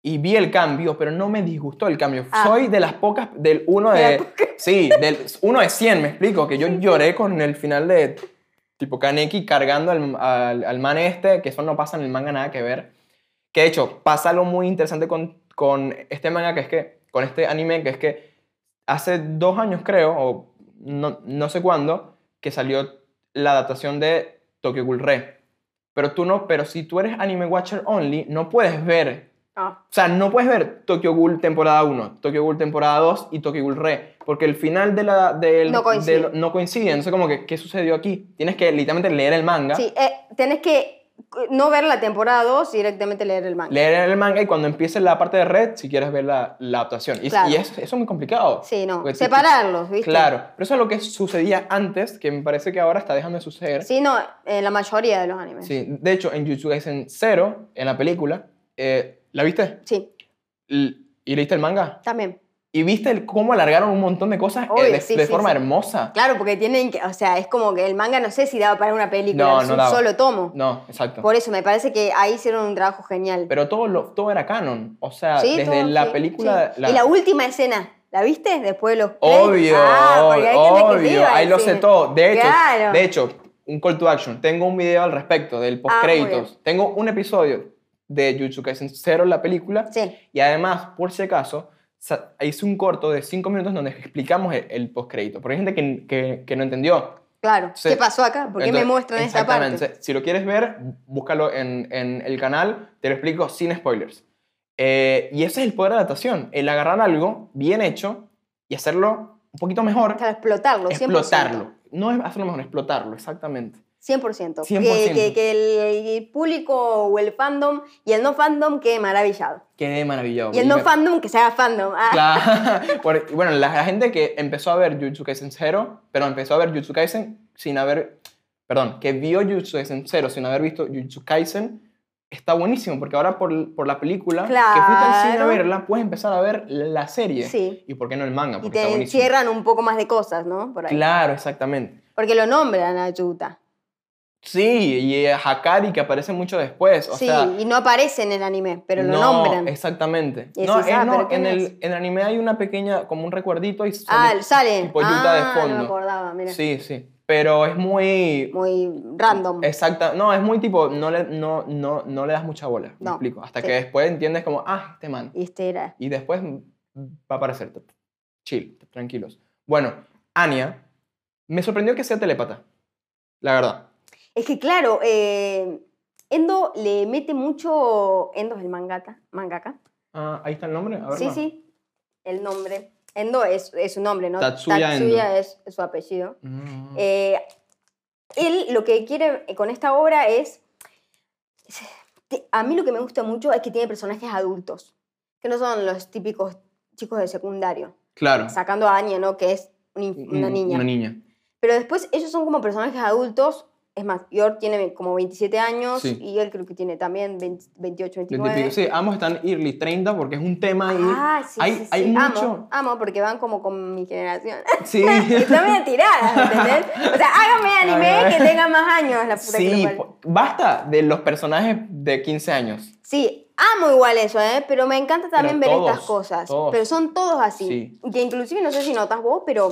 [SPEAKER 1] y vi el cambio, pero no me disgustó el cambio.
[SPEAKER 2] Ah.
[SPEAKER 1] Soy de las pocas, del uno
[SPEAKER 2] De
[SPEAKER 1] de...
[SPEAKER 2] las
[SPEAKER 1] sí, del uno de 100, me explico, que yo lloré con el final de tipo Kaneki cargando al, al, al man este, que eso no pasa en el manga nada que ver. Que de hecho, pasa algo muy interesante con, con este manga, que es que, con este anime, que es que hace dos años creo, o no, no sé cuándo, que salió la adaptación de Tokyo Ghoul Re. Pero tú no, pero si tú eres anime watcher only, no puedes ver,
[SPEAKER 2] Ah,
[SPEAKER 1] o sea, no puedes ver Tokyo Ghoul temporada 1, Tokyo Ghoul temporada 2 y Tokyo Ghoul Re, porque el final de la del
[SPEAKER 2] No coincide.
[SPEAKER 1] del- no coincide, entonces como que qué sucedió aquí? Tienes que literalmente leer el manga.
[SPEAKER 2] sí, eh, tenés que no ver la temporada 2 y directamente leer el manga.
[SPEAKER 1] Leer el manga y cuando empiece la parte de red, si quieres ver la, la adaptación. Y,
[SPEAKER 2] Claro.
[SPEAKER 1] y eso, eso es muy complicado.
[SPEAKER 2] sí, no.
[SPEAKER 1] Porque tú-
[SPEAKER 2] Separarlos, ¿viste?
[SPEAKER 1] Claro, pero eso es lo que sucedía antes, que me parece que ahora está dejando de suceder.
[SPEAKER 2] Sí, no, en la mayoría de los animes.
[SPEAKER 1] Sí, de hecho, en Jujutsu Kaisen 0, en la película, eh, ¿la viste?
[SPEAKER 2] Sí,
[SPEAKER 1] L- ¿Y leíste el manga?
[SPEAKER 2] también.
[SPEAKER 1] ¿Y viste el, cómo alargaron un montón de cosas eh,
[SPEAKER 2] Obvio,
[SPEAKER 1] de,
[SPEAKER 2] sí,
[SPEAKER 1] de
[SPEAKER 2] sí,
[SPEAKER 1] forma
[SPEAKER 2] sí.
[SPEAKER 1] hermosa?
[SPEAKER 2] Claro, porque tienen que, o sea, es como que el manga no sé si daba para una película,
[SPEAKER 1] No,
[SPEAKER 2] es
[SPEAKER 1] no
[SPEAKER 2] un
[SPEAKER 1] daba.
[SPEAKER 2] solo tomo.
[SPEAKER 1] No, exacto.
[SPEAKER 2] Por eso me parece que ahí hicieron un trabajo genial.
[SPEAKER 1] Pero todo, lo, todo era canon. O sea,
[SPEAKER 2] Sí,
[SPEAKER 1] desde
[SPEAKER 2] todo,
[SPEAKER 1] la
[SPEAKER 2] sí,
[SPEAKER 1] película...
[SPEAKER 2] sí. Y la última escena, ¿la viste? Después de los créditos.
[SPEAKER 1] Obvio,
[SPEAKER 2] Ah, porque hay gente que sí
[SPEAKER 1] obvio,
[SPEAKER 2] va al
[SPEAKER 1] ahí lo sé
[SPEAKER 2] cine.
[SPEAKER 1] todo. De hecho,
[SPEAKER 2] Claro.
[SPEAKER 1] de hecho, un call to action. Tengo un video al respecto del post
[SPEAKER 2] Ah, muy
[SPEAKER 1] créditos.
[SPEAKER 2] bien.
[SPEAKER 1] Tengo un episodio de Jujutsu Kaisen Zero, la película.
[SPEAKER 2] Sí.
[SPEAKER 1] Y además, por si acaso, sa- hice un corto de 5 minutos donde explicamos el, el post crédito. Porque hay gente que, que, que no entendió.
[SPEAKER 2] Claro.
[SPEAKER 1] Sí.
[SPEAKER 2] ¿Qué pasó acá? ¿Por qué me
[SPEAKER 1] Entonces,
[SPEAKER 2] muestran esta
[SPEAKER 1] exactamente.
[SPEAKER 2] parte?
[SPEAKER 1] Si lo quieres ver, búscalo en, en el canal, te lo explico sin spoilers. Eh, y ese es el poder de adaptación, el agarrar algo bien hecho y hacerlo un poquito mejor,
[SPEAKER 2] Para explotarlo, 100%.
[SPEAKER 1] explotarlo. No es hacerlo mejor, explotarlo, exactamente.
[SPEAKER 2] 100%.
[SPEAKER 1] 100%.
[SPEAKER 2] Que, que- que el, el público o el fandom y el no fandom quede maravillado.
[SPEAKER 1] Quedé maravillado.
[SPEAKER 2] Y el
[SPEAKER 1] me-
[SPEAKER 2] no fandom que se haga fandom. Ah,
[SPEAKER 1] Claro. *laughs* Por- y bueno, la, la gente que empezó a ver Jujutsu Kaisen 0, pero empezó a ver Jujutsu Kaisen sin haber, perdón, que vio Jujutsu Kaisen 0 sin haber visto Jujutsu Kaisen, está buenísimo, porque ahora por, por la película que fuiste al cine a
[SPEAKER 2] Claro.
[SPEAKER 1] verla, puedes empezar a ver la serie.
[SPEAKER 2] Sí.
[SPEAKER 1] ¿Y por qué no el manga?
[SPEAKER 2] Y
[SPEAKER 1] Porque está
[SPEAKER 2] te
[SPEAKER 1] buenísimo.
[SPEAKER 2] encierran un poco más de cosas, ¿no? Por ahí.
[SPEAKER 1] Claro, exactamente.
[SPEAKER 2] Porque lo nombran a Yuta.
[SPEAKER 1] Sí, y a Hakari que aparece mucho después. O
[SPEAKER 2] sí,
[SPEAKER 1] sea,
[SPEAKER 2] y no aparece en el anime, pero lo
[SPEAKER 1] no,
[SPEAKER 2] nombran.
[SPEAKER 1] Exactamente.
[SPEAKER 2] Y
[SPEAKER 1] no,
[SPEAKER 2] decís,
[SPEAKER 1] eh,
[SPEAKER 2] ah,
[SPEAKER 1] no,
[SPEAKER 2] pero ¿quién
[SPEAKER 1] en, el,
[SPEAKER 2] es?
[SPEAKER 1] en el anime hay una pequeña, como un recuerdito y
[SPEAKER 2] ah,
[SPEAKER 1] sale
[SPEAKER 2] sale.
[SPEAKER 1] tipo Yuta de
[SPEAKER 2] ah, no
[SPEAKER 1] fondo.
[SPEAKER 2] me acordaba, mira.
[SPEAKER 1] Sí, sí. Pero es muy.
[SPEAKER 2] Muy random.
[SPEAKER 1] Exacta. No, es muy tipo. No le, no, no, no le das mucha bola. Me
[SPEAKER 2] No,
[SPEAKER 1] explico. Hasta
[SPEAKER 2] sí.
[SPEAKER 1] que después entiendes como. Ah, este man.
[SPEAKER 2] Y este era.
[SPEAKER 1] Y después va a aparecer. t- t- Chill, t- tranquilos. Bueno, Anya. Me sorprendió que sea telépata. La verdad.
[SPEAKER 2] Es que claro, eh, Endo le mete mucho. Endo es el mangaka. mangaka.
[SPEAKER 1] Ah, ahí está el nombre. A ver,
[SPEAKER 2] Sí,
[SPEAKER 1] no.
[SPEAKER 2] sí. El nombre. Endo es, es su nombre, ¿no?
[SPEAKER 1] Tatsuya
[SPEAKER 2] es su apellido.
[SPEAKER 1] Mm,
[SPEAKER 2] Eh, él lo que quiere eh, con esta obra es... te- A mí lo que me gusta mucho es que tiene personajes adultos, que no son los típicos chicos de secundario,
[SPEAKER 1] claro.
[SPEAKER 2] sacando a Anya, ¿no? Que es un inf- una
[SPEAKER 1] Mm,
[SPEAKER 2] niña.
[SPEAKER 1] Ah. Una niña.
[SPEAKER 2] Pero después ellos son como personajes adultos Es más, York tiene como 27 años
[SPEAKER 1] Sí.
[SPEAKER 2] y él creo que tiene también 20 28, 29.
[SPEAKER 1] Veintipico. Sí, ambos están early 30 porque es un tema ahí.
[SPEAKER 2] Ah, sí,
[SPEAKER 1] hay,
[SPEAKER 2] sí,
[SPEAKER 1] hay
[SPEAKER 2] sí.
[SPEAKER 1] mucho.
[SPEAKER 2] Amo, amo porque van como con mi generación. *laughs*
[SPEAKER 1] Sí.
[SPEAKER 2] Está medio tirada, ¿entendés? O sea,
[SPEAKER 1] *laughs*
[SPEAKER 2] hágame anime que tenga más años la puta que lo
[SPEAKER 1] Sí,
[SPEAKER 2] parió.
[SPEAKER 1] po- basta de los personajes de 15 años.
[SPEAKER 2] Sí, amo igual eso, ¿eh? Pero me encanta también ver
[SPEAKER 1] todos,
[SPEAKER 2] estas cosas.
[SPEAKER 1] todos.
[SPEAKER 2] Pero son todos así. Que inclusive, no sé si notas vos, pero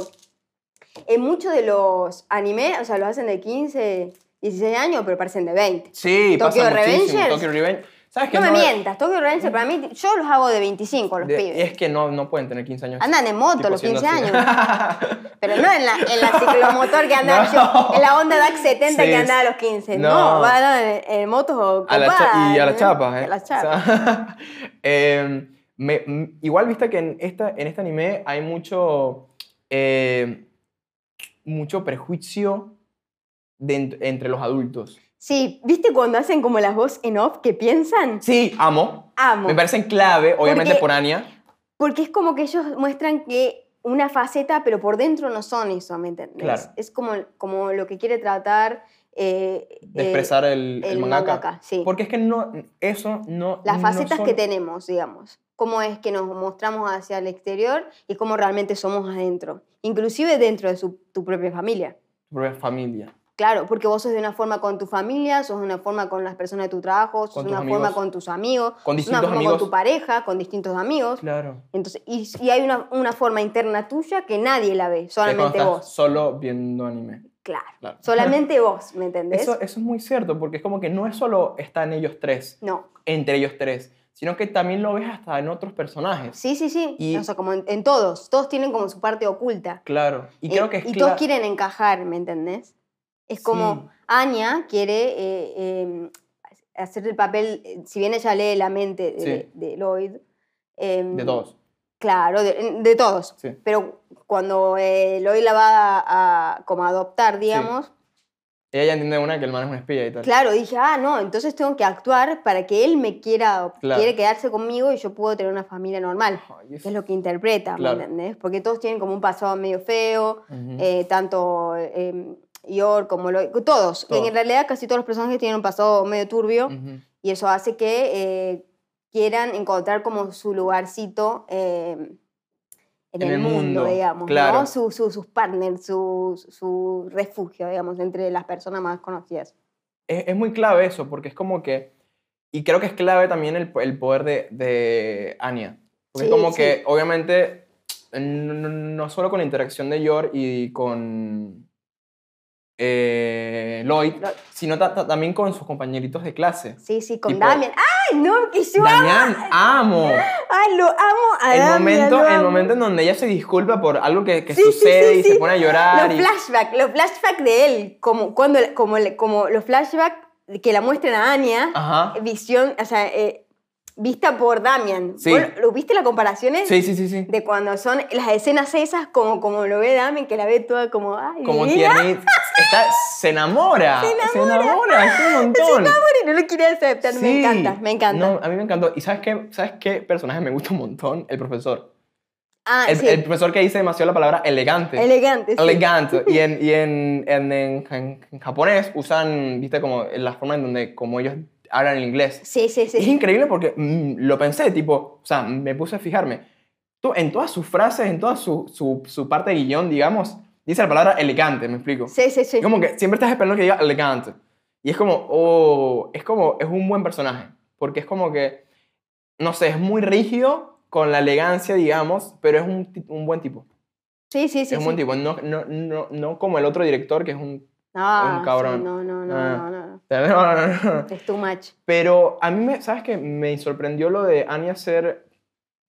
[SPEAKER 2] en muchos de los animes, o sea, los hacen de 15, 16 años, pero parecen de 20.
[SPEAKER 1] Sí,
[SPEAKER 2] Tokyo
[SPEAKER 1] pasa muchísimo.
[SPEAKER 2] Revengers.
[SPEAKER 1] Tokyo Revenge. ¿Sabes qué?
[SPEAKER 2] No me mientas, Tokyo Revenger para mí, yo los hago de 25 los
[SPEAKER 1] ¿Mm? de-
[SPEAKER 2] pibes.
[SPEAKER 1] es que no, no pueden tener 15 años.
[SPEAKER 2] Andan en moto
[SPEAKER 1] Tipo,
[SPEAKER 2] los
[SPEAKER 1] siendo
[SPEAKER 2] 15
[SPEAKER 1] así.
[SPEAKER 2] años. Pero no en la, en la ciclomotor que
[SPEAKER 1] *laughs*
[SPEAKER 2] andaba
[SPEAKER 1] No.
[SPEAKER 2] yo, en la Honda DAX 70
[SPEAKER 1] Sí,
[SPEAKER 2] que andaba a los 15. No,
[SPEAKER 1] no.
[SPEAKER 2] van en, en motos
[SPEAKER 1] *laughs* a la cha-
[SPEAKER 2] copadas,
[SPEAKER 1] y a
[SPEAKER 2] ¿eh?
[SPEAKER 1] las chapas, ¿eh?
[SPEAKER 2] A las chapas.
[SPEAKER 1] O sea, *laughs* eh, me- m- igual viste que en, esta, en este anime hay mucho, eh, mucho prejuicio de ent- entre los adultos.
[SPEAKER 2] Sí, ¿viste cuando hacen como las voz en off que piensan?
[SPEAKER 1] Sí, amo.
[SPEAKER 2] Amo.
[SPEAKER 1] Me parecen clave, obviamente
[SPEAKER 2] Porque-
[SPEAKER 1] por Anya.
[SPEAKER 2] Porque es como que ellos muestran que una faceta, pero por dentro no son eso, ¿me entendés?
[SPEAKER 1] Claro.
[SPEAKER 2] Es como, como lo que quiere tratar. eh,
[SPEAKER 1] De
[SPEAKER 2] eh,
[SPEAKER 1] expresar el, el
[SPEAKER 2] el
[SPEAKER 1] mangaka.
[SPEAKER 2] mangaka, sí.
[SPEAKER 1] Porque es que no, eso no...
[SPEAKER 2] las
[SPEAKER 1] no
[SPEAKER 2] facetas
[SPEAKER 1] son-
[SPEAKER 2] que tenemos, digamos. Cómo es que nos mostramos hacia el exterior y cómo realmente somos adentro. Inclusive dentro de su- tu propia familia.
[SPEAKER 1] Tu propia familia.
[SPEAKER 2] Claro, porque vos sos de una forma con tu familia, sos de una forma con las personas de tu trabajo, sos
[SPEAKER 1] Con
[SPEAKER 2] de
[SPEAKER 1] tus
[SPEAKER 2] una forma
[SPEAKER 1] amigos.
[SPEAKER 2] con tus amigos,
[SPEAKER 1] Con
[SPEAKER 2] sos de una
[SPEAKER 1] distintos
[SPEAKER 2] forma
[SPEAKER 1] amigos.
[SPEAKER 2] con tu pareja, con distintos amigos.
[SPEAKER 1] Claro.
[SPEAKER 2] Entonces, y, y hay una, una forma interna tuya que nadie la ve,
[SPEAKER 1] Que cuando
[SPEAKER 2] solamente
[SPEAKER 1] estás
[SPEAKER 2] vos.
[SPEAKER 1] solo viendo anime.
[SPEAKER 2] Claro.
[SPEAKER 1] Claro.
[SPEAKER 2] Solamente vos, ¿me
[SPEAKER 1] *laughs*
[SPEAKER 2] entendés?
[SPEAKER 1] Eso, eso es muy cierto, porque es como que no es solo están ellos tres,
[SPEAKER 2] No.
[SPEAKER 1] entre ellos tres, sino que también lo ves hasta en otros personajes.
[SPEAKER 2] Sí, sí, sí.
[SPEAKER 1] Y-
[SPEAKER 2] o sea, como en, en todos. Todos tienen como su parte oculta.
[SPEAKER 1] Claro. Y
[SPEAKER 2] Eh,
[SPEAKER 1] creo que es
[SPEAKER 2] todos
[SPEAKER 1] cla-
[SPEAKER 2] quieren encajar, ¿me entendés? Es como Anya quiere eh, eh, hacer el papel, eh, si bien ella lee la mente de,
[SPEAKER 1] Sí.
[SPEAKER 2] de Lloyd. em,
[SPEAKER 1] de todos.
[SPEAKER 2] Claro, de, de todos.
[SPEAKER 1] Sí.
[SPEAKER 2] Pero cuando eh, Lloyd la va a, a como adoptar, digamos,
[SPEAKER 1] Ella ya entiende una que el man es un espía y tal.
[SPEAKER 2] Claro, dije, ah, no, entonces tengo que actuar para que él me quiera, adop-
[SPEAKER 1] Claro.
[SPEAKER 2] quiere quedarse conmigo y yo puedo tener una familia normal.
[SPEAKER 1] Ay, es-
[SPEAKER 2] Es lo que interpreta,
[SPEAKER 1] Claro.
[SPEAKER 2] ¿me entendés? Porque todos tienen como un pasado medio feo,
[SPEAKER 1] Ujú.
[SPEAKER 2] eh, tanto eh, Yor como Lloyd, todos.
[SPEAKER 1] Todos.
[SPEAKER 2] En realidad casi todos los personajes tienen un pasado medio turbio
[SPEAKER 1] Ujú.
[SPEAKER 2] y eso hace que eh, quieran encontrar como su lugarcito eh, en, el, mundo, digamos,
[SPEAKER 1] claro.
[SPEAKER 2] ¿no? Su, su- sus partners, su, su refugio, digamos, entre las personas más conocidas.
[SPEAKER 1] es, es muy clave eso, porque es como que. Y creo que es clave también el, po- el poder de, de Anya. Porque es
[SPEAKER 2] Sí,
[SPEAKER 1] como
[SPEAKER 2] sí.
[SPEAKER 1] que, obviamente, no, no- no solo con la interacción de Yor y con. eh, Lloyd,
[SPEAKER 2] Lloyd.
[SPEAKER 1] sino ta- ta- también con sus compañeritos de clase.
[SPEAKER 2] Sí, sí, con
[SPEAKER 1] Tipo-
[SPEAKER 2] Damien. ¡Ay, no! Que yo amo.
[SPEAKER 1] Damián, amo.
[SPEAKER 2] ¡Ay, lo amo a
[SPEAKER 1] El
[SPEAKER 2] Damien, lo
[SPEAKER 1] momento, el
[SPEAKER 2] amo.
[SPEAKER 1] momento en donde ella se disculpa por algo que, que
[SPEAKER 2] Sí, sí,
[SPEAKER 1] sucede
[SPEAKER 2] sí,
[SPEAKER 1] y
[SPEAKER 2] sí.
[SPEAKER 1] se pone a llorar.
[SPEAKER 2] Los
[SPEAKER 1] y-
[SPEAKER 2] flashbacks, los flashbacks de él, como, cuando, como, como los flashbacks que la muestran a Anya,
[SPEAKER 1] Ajá.
[SPEAKER 2] visión, o sea, eh, vista por Damian.
[SPEAKER 1] Sí.
[SPEAKER 2] ¿Vos lo- ¿Viste las comparaciones?
[SPEAKER 1] Sí, sí, sí, sí.
[SPEAKER 2] De cuando son las escenas esas, como, como lo ve Damien, que la ve toda como, ay,
[SPEAKER 1] Como
[SPEAKER 2] divina.
[SPEAKER 1] tiernita. Está, se enamora. Se enamora. es un montón.
[SPEAKER 2] Pobre, no lo quiere aceptar, me
[SPEAKER 1] Sí.
[SPEAKER 2] encanta, me encanta.
[SPEAKER 1] No, a mí me encantó. ¿Y sabes qué, sabes qué personaje me gusta un montón? El profesor.
[SPEAKER 2] ah,
[SPEAKER 1] El,
[SPEAKER 2] sí,
[SPEAKER 1] el profesor que dice demasiado la palabra elegante.
[SPEAKER 2] elegante. sí. *laughs*
[SPEAKER 1] elegante. Y, en, y en, en, en- en- en japonés usan, viste, como la forma en donde como ellos hablan el inglés.
[SPEAKER 2] Sí, sí, sí.
[SPEAKER 1] Es increíble porque mm, lo pensé, tipo, o sea, me puse a fijarme. Tú, en todas sus frases, en toda su, su, su parte de guión, digamos, dice la palabra elegante, me explico.
[SPEAKER 2] Sí, sí, sí.
[SPEAKER 1] Y Como que siempre estás esperando que diga elegante. Y es como, oh, es como, es un buen personaje. Porque es como que, no sé, es muy rígido con la elegancia, digamos, pero es un, ti- un buen tipo.
[SPEAKER 2] Sí, sí, sí.
[SPEAKER 1] es un
[SPEAKER 2] sí.
[SPEAKER 1] buen tipo. No, no, no, no como el otro director que es un... *laughs*
[SPEAKER 2] No,
[SPEAKER 1] un
[SPEAKER 2] Ah, sí,
[SPEAKER 1] cabrón.
[SPEAKER 2] no, no, no,
[SPEAKER 1] Ah.
[SPEAKER 2] no, no. Es too much.
[SPEAKER 1] Pero a mí, me, ¿sabes qué? Me sorprendió lo de Anya ser,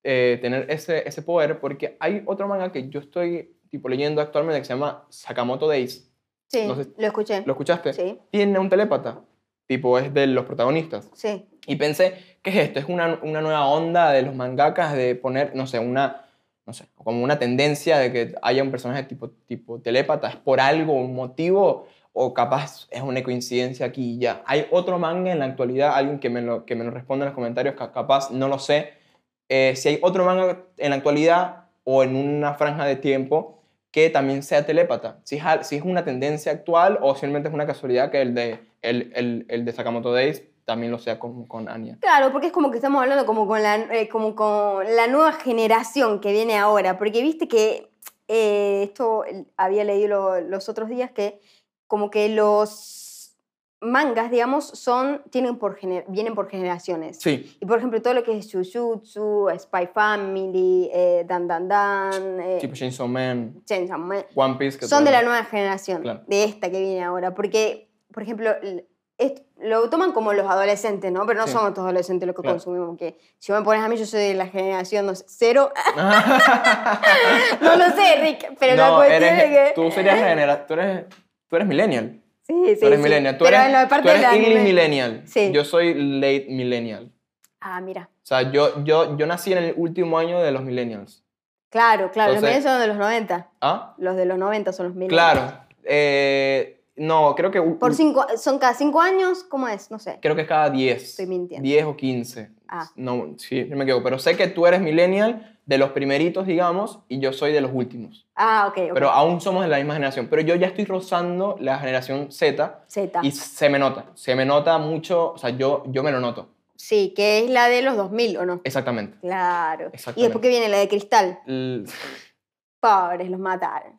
[SPEAKER 1] eh, tener ese, ese poder, porque hay otro manga que yo estoy tipo, leyendo actualmente que se llama Sakamoto Days.
[SPEAKER 2] Sí,
[SPEAKER 1] No sé-
[SPEAKER 2] lo escuché.
[SPEAKER 1] ¿Lo escuchaste?
[SPEAKER 2] Sí,
[SPEAKER 1] Tiene un telépata, tipo, es de los protagonistas.
[SPEAKER 2] sí.
[SPEAKER 1] Y pensé, ¿qué es esto? Es una, una nueva onda de los mangakas de poner, no sé, una, no sé, como una tendencia de que haya un personaje tipo, tipo telépata, ¿es por algo, un motivo? O capaz es una coincidencia aquí y ya. Hay otro manga en la actualidad, alguien que me lo, que me lo responda en los comentarios, ca- capaz no lo sé. eh, si hay otro manga en la actualidad o en una franja de tiempo que también sea telépata. Si es, al- si es una tendencia actual o simplemente es una casualidad que el de, el, el, el de Sakamoto Days también lo sea con, con Anya.
[SPEAKER 2] Claro, porque es como que estamos hablando como con la, eh, como con la nueva generación que viene ahora, porque viste que eh, esto el- había leído lo- los otros días que como que los mangas, digamos, son tienen por gener- vienen por generaciones.
[SPEAKER 1] Sí,
[SPEAKER 2] Y por ejemplo, todo lo que es Jujutsu, Spy Family, eh, Dan Dan Dan, eh,
[SPEAKER 1] tipo Chainsaw Man,
[SPEAKER 2] Chainsaw Man,
[SPEAKER 1] One Piece. que
[SPEAKER 2] son de la
[SPEAKER 1] todavía-
[SPEAKER 2] nueva generación,
[SPEAKER 1] Claro.
[SPEAKER 2] de esta que viene ahora. Porque, por ejemplo, l- est- lo toman como los adolescentes, ¿no? Pero no
[SPEAKER 1] Sí.
[SPEAKER 2] somos todos adolescentes los que
[SPEAKER 1] Claro.
[SPEAKER 2] consumimos. Porque si vos me pones a mí, yo soy de la generación no sé, cero. *laughs*
[SPEAKER 1] *laughs*
[SPEAKER 2] no lo sé, Rick, pero la
[SPEAKER 1] no,
[SPEAKER 2] cuestión es
[SPEAKER 1] eres,
[SPEAKER 2] que.
[SPEAKER 1] tú serías
[SPEAKER 2] *laughs*
[SPEAKER 1] genera, tú eres, tú eres millennial.
[SPEAKER 2] Sí, sí.
[SPEAKER 1] tú eres
[SPEAKER 2] sí.
[SPEAKER 1] millennial. Tú
[SPEAKER 2] pero
[SPEAKER 1] eres,
[SPEAKER 2] en la parte
[SPEAKER 1] tú eres
[SPEAKER 2] del
[SPEAKER 1] early
[SPEAKER 2] anime.
[SPEAKER 1] millennial.
[SPEAKER 2] Sí.
[SPEAKER 1] Yo soy late millennial.
[SPEAKER 2] Ah, mira.
[SPEAKER 1] O sea, yo, yo, yo nací en el último año de los millennials.
[SPEAKER 2] Claro, claro. los
[SPEAKER 1] Entonces-
[SPEAKER 2] millennials son de los 90.
[SPEAKER 1] ¿Ah?
[SPEAKER 2] Los de los 90 son los millennials.
[SPEAKER 1] Claro. Eh, no, creo que...
[SPEAKER 2] Por cinco, ¿Son cada cinco años? ¿Cómo es? No sé.
[SPEAKER 1] Creo que es cada 10.
[SPEAKER 2] Estoy mintiendo.
[SPEAKER 1] 10 o 15.
[SPEAKER 2] Ah.
[SPEAKER 1] No, sí, yo me equivoco. Pero sé que tú eres millennial de los primeritos, digamos, y yo soy de los últimos.
[SPEAKER 2] Ah, ok, ok.
[SPEAKER 1] Pero aún somos de la misma generación. Pero yo ya estoy rozando la generación Z
[SPEAKER 2] Z.
[SPEAKER 1] y se me nota. Se me nota mucho, o sea, yo, yo me lo noto.
[SPEAKER 2] Sí, que es la de los 2000, ¿o no?
[SPEAKER 1] Exactamente.
[SPEAKER 2] Claro. Y
[SPEAKER 1] Exactamente.
[SPEAKER 2] después que viene la de cristal.
[SPEAKER 1] L- *laughs*
[SPEAKER 2] Pobres, los mataron.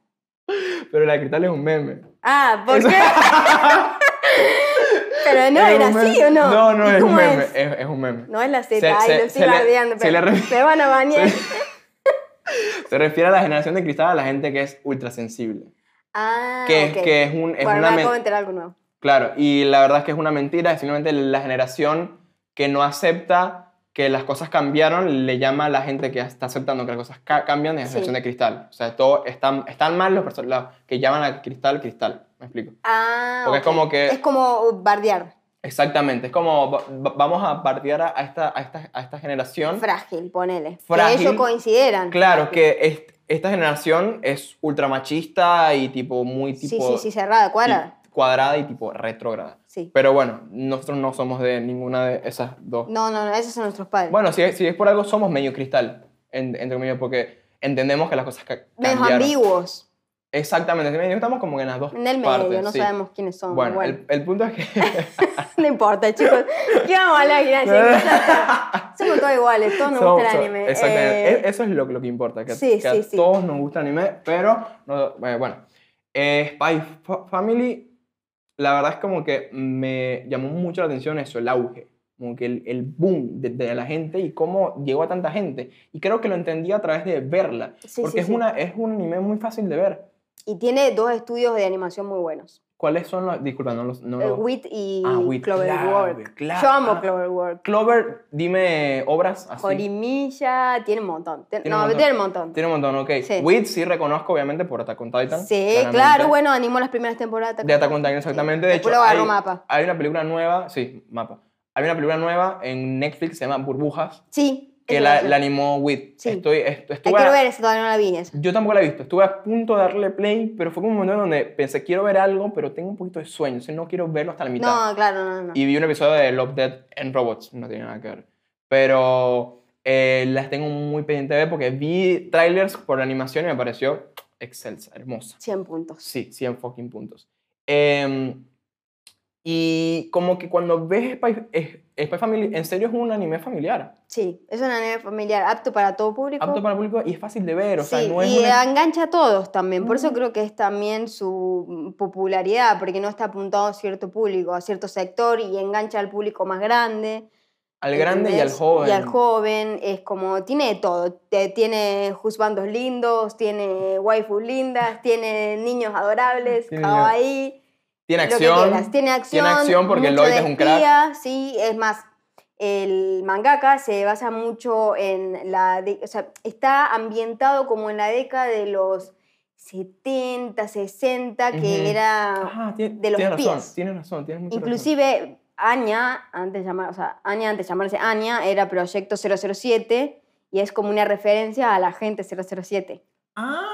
[SPEAKER 1] Pero la de cristal es un meme.
[SPEAKER 2] Ah, ¿por
[SPEAKER 1] Eso-
[SPEAKER 2] qué? *laughs* Pero no
[SPEAKER 1] Es
[SPEAKER 2] era
[SPEAKER 1] un
[SPEAKER 2] así,
[SPEAKER 1] meme.
[SPEAKER 2] ¿o no?
[SPEAKER 1] No, no,
[SPEAKER 2] ¿Y
[SPEAKER 1] es un
[SPEAKER 2] cómo
[SPEAKER 1] meme.
[SPEAKER 2] es?
[SPEAKER 1] Es, es un meme.
[SPEAKER 2] No es la Z,
[SPEAKER 1] Se-
[SPEAKER 2] ay,
[SPEAKER 1] se-
[SPEAKER 2] lo
[SPEAKER 1] se
[SPEAKER 2] estoy
[SPEAKER 1] le-
[SPEAKER 2] bardeando,
[SPEAKER 1] se
[SPEAKER 2] pero
[SPEAKER 1] le re-
[SPEAKER 2] me van a *laughs* bañar.
[SPEAKER 1] Se refiere a la generación de cristal a la gente que es ultrasensible.
[SPEAKER 2] Ah,
[SPEAKER 1] que, es-
[SPEAKER 2] ok.
[SPEAKER 1] que es, un, es
[SPEAKER 2] bueno,
[SPEAKER 1] una
[SPEAKER 2] me
[SPEAKER 1] men-
[SPEAKER 2] acabo de enterar algo nuevo.
[SPEAKER 1] Claro, y la verdad es que es una mentira, es simplemente la generación que no acepta que las cosas cambiaron, le llama a la gente que está aceptando que las cosas ca- cambian, es la
[SPEAKER 2] Sí.
[SPEAKER 1] generación de cristal. O sea, todo, están, están mal los, perso- los que llaman a cristal, cristal, me explico.
[SPEAKER 2] Ah,
[SPEAKER 1] Porque es
[SPEAKER 2] ok.
[SPEAKER 1] como que-
[SPEAKER 2] Es como bardear,
[SPEAKER 1] Exactamente, es como va- va- vamos a partir a, a esta, a, esta, a esta generación.
[SPEAKER 2] frágil, ponele.
[SPEAKER 1] Frágil.
[SPEAKER 2] Que ellos coincideran.
[SPEAKER 1] Claro,
[SPEAKER 2] frágil.
[SPEAKER 1] que est- esta generación es ultramachista y tipo muy
[SPEAKER 2] Sí,
[SPEAKER 1] tipo...
[SPEAKER 2] sí, sí, cerrada, cuadrada.
[SPEAKER 1] y- cuadrada y tipo retrógrada.
[SPEAKER 2] Sí.
[SPEAKER 1] Pero bueno, nosotros no somos de ninguna de esas dos.
[SPEAKER 2] No, no, no, esos son nuestros padres.
[SPEAKER 1] Bueno, si es, si es por algo, somos medio cristal, en- entre comillas, porque entendemos que las cosas ca-
[SPEAKER 2] Menos
[SPEAKER 1] cambiaron.
[SPEAKER 2] ambiguos.
[SPEAKER 1] Exactamente, sí, medio, estamos como en las dos
[SPEAKER 2] En el medio,
[SPEAKER 1] partes.
[SPEAKER 2] no
[SPEAKER 1] sí.
[SPEAKER 2] sabemos quiénes son.
[SPEAKER 1] Bueno,
[SPEAKER 2] bueno.
[SPEAKER 1] El, el punto
[SPEAKER 2] *laughs*
[SPEAKER 1] es que... *laughs*
[SPEAKER 2] No importa, *laughs* chicos. ¿Qué vamos a hablar? Gracias. Ya *laughs* está. Somos todos iguales, todos nos
[SPEAKER 1] somos-
[SPEAKER 2] gusta el
[SPEAKER 1] so-
[SPEAKER 2] anime.
[SPEAKER 1] Exactamente,
[SPEAKER 2] Eh,
[SPEAKER 1] e- eso es lo, lo que importa, que,
[SPEAKER 2] sí,
[SPEAKER 1] que a
[SPEAKER 2] sí, sí.
[SPEAKER 1] todos nos gusta el anime, pero no- eh, bueno. Eh, Spy Fa- Family, la verdad es como que me llamó mucho la atención eso, el auge, como que el, el boom de, de la gente y cómo llegó a tanta gente. Y creo que lo entendí a través de verla,
[SPEAKER 2] Sí,
[SPEAKER 1] porque
[SPEAKER 2] sí,
[SPEAKER 1] es,
[SPEAKER 2] sí.
[SPEAKER 1] Una, es un anime muy fácil de ver.
[SPEAKER 2] Y tiene dos estudios de animación muy buenos.
[SPEAKER 1] ¿Cuáles son los...? Disculpa, no los... No
[SPEAKER 2] eh,
[SPEAKER 1] los-
[SPEAKER 2] Wit y
[SPEAKER 1] Ah, Wit, claro,
[SPEAKER 2] Cloverwork.
[SPEAKER 1] claro.
[SPEAKER 2] Yo amo
[SPEAKER 1] Ah.
[SPEAKER 2] Cloverwork.
[SPEAKER 1] Clover, dime obras así.
[SPEAKER 2] Jorimilla, tiene un montón. Ten-
[SPEAKER 1] Tiene
[SPEAKER 2] no,
[SPEAKER 1] un montón.
[SPEAKER 2] tiene un montón.
[SPEAKER 1] Tiene un montón, ok.
[SPEAKER 2] Sí.
[SPEAKER 1] Wit sí reconozco, obviamente, por Attack on Titan.
[SPEAKER 2] sí,
[SPEAKER 1] claramente.
[SPEAKER 2] claro, bueno, animó las primeras temporadas.
[SPEAKER 1] De Attack on Titan, exactamente. De hecho,
[SPEAKER 2] Después lo
[SPEAKER 1] hay,
[SPEAKER 2] agarró mapa.
[SPEAKER 1] hay una película nueva, sí, mapa. Hay una película nueva en Netflix que se llama Burbujas,
[SPEAKER 2] Sí.
[SPEAKER 1] que
[SPEAKER 2] eso
[SPEAKER 1] la,
[SPEAKER 2] lo
[SPEAKER 1] la
[SPEAKER 2] sé.
[SPEAKER 1] animó Wit.
[SPEAKER 2] Sí.
[SPEAKER 1] Estoy, est-
[SPEAKER 2] La
[SPEAKER 1] estuve
[SPEAKER 2] quiero
[SPEAKER 1] a-
[SPEAKER 2] ver, esa todavía no la vi. Esa.
[SPEAKER 1] Yo tampoco la he visto. Estuve a punto de darle play, pero fue como un momento donde pensé, quiero ver algo, pero tengo un poquito de sueño, entonces no quiero verlo hasta la mitad
[SPEAKER 2] No, claro, no, no.
[SPEAKER 1] y vi un episodio de Love, Dead and Robots. No tiene nada que ver. Pero eh, las tengo muy pendiente de ver porque vi trailers por la animación y me pareció excelsa, hermosa.
[SPEAKER 2] 100 puntos.
[SPEAKER 1] Sí, 100 fucking puntos. Em, y como que cuando ves Spy, eh, Spy Family, en serio es un anime familiar.
[SPEAKER 2] Sí, es un anime familiar apto para todo público.
[SPEAKER 1] Apto para el público y es fácil de ver. O sea,
[SPEAKER 2] sí,
[SPEAKER 1] no es
[SPEAKER 2] y
[SPEAKER 1] una-
[SPEAKER 2] engancha a todos también. Por eso
[SPEAKER 1] Mm.
[SPEAKER 2] creo que es también su popularidad, porque no está apuntado a cierto público, a cierto sector y engancha al público más grande.
[SPEAKER 1] al grande y al
[SPEAKER 2] ¿entendés?
[SPEAKER 1] joven.
[SPEAKER 2] Y al joven, es como, tiene de todo. Te- Tiene juzbandos lindos, tiene waifus lindas, tiene niños adorables,
[SPEAKER 1] Tiene-
[SPEAKER 2] kawaii.
[SPEAKER 1] Tiene
[SPEAKER 2] lo que
[SPEAKER 1] acción.
[SPEAKER 2] quieras. tiene acción.
[SPEAKER 1] acción porque
[SPEAKER 2] mucho
[SPEAKER 1] Lloyd
[SPEAKER 2] de
[SPEAKER 1] es un crack.
[SPEAKER 2] espía, Sí, es más, el mangaka se basa mucho en la. de- o sea, está ambientado como en la década de los 70, 60, que
[SPEAKER 1] Ujú.
[SPEAKER 2] era.
[SPEAKER 1] Ah, tiene-
[SPEAKER 2] de los
[SPEAKER 1] tienes razón,
[SPEAKER 2] pies.
[SPEAKER 1] tienes razón, tienes mucha razón.
[SPEAKER 2] inclusive. Anya, antes de, llamar, o sea, Anya, antes de llamarse Anya, era Proyecto 007 y es como una referencia a la gente 007.
[SPEAKER 1] Ah,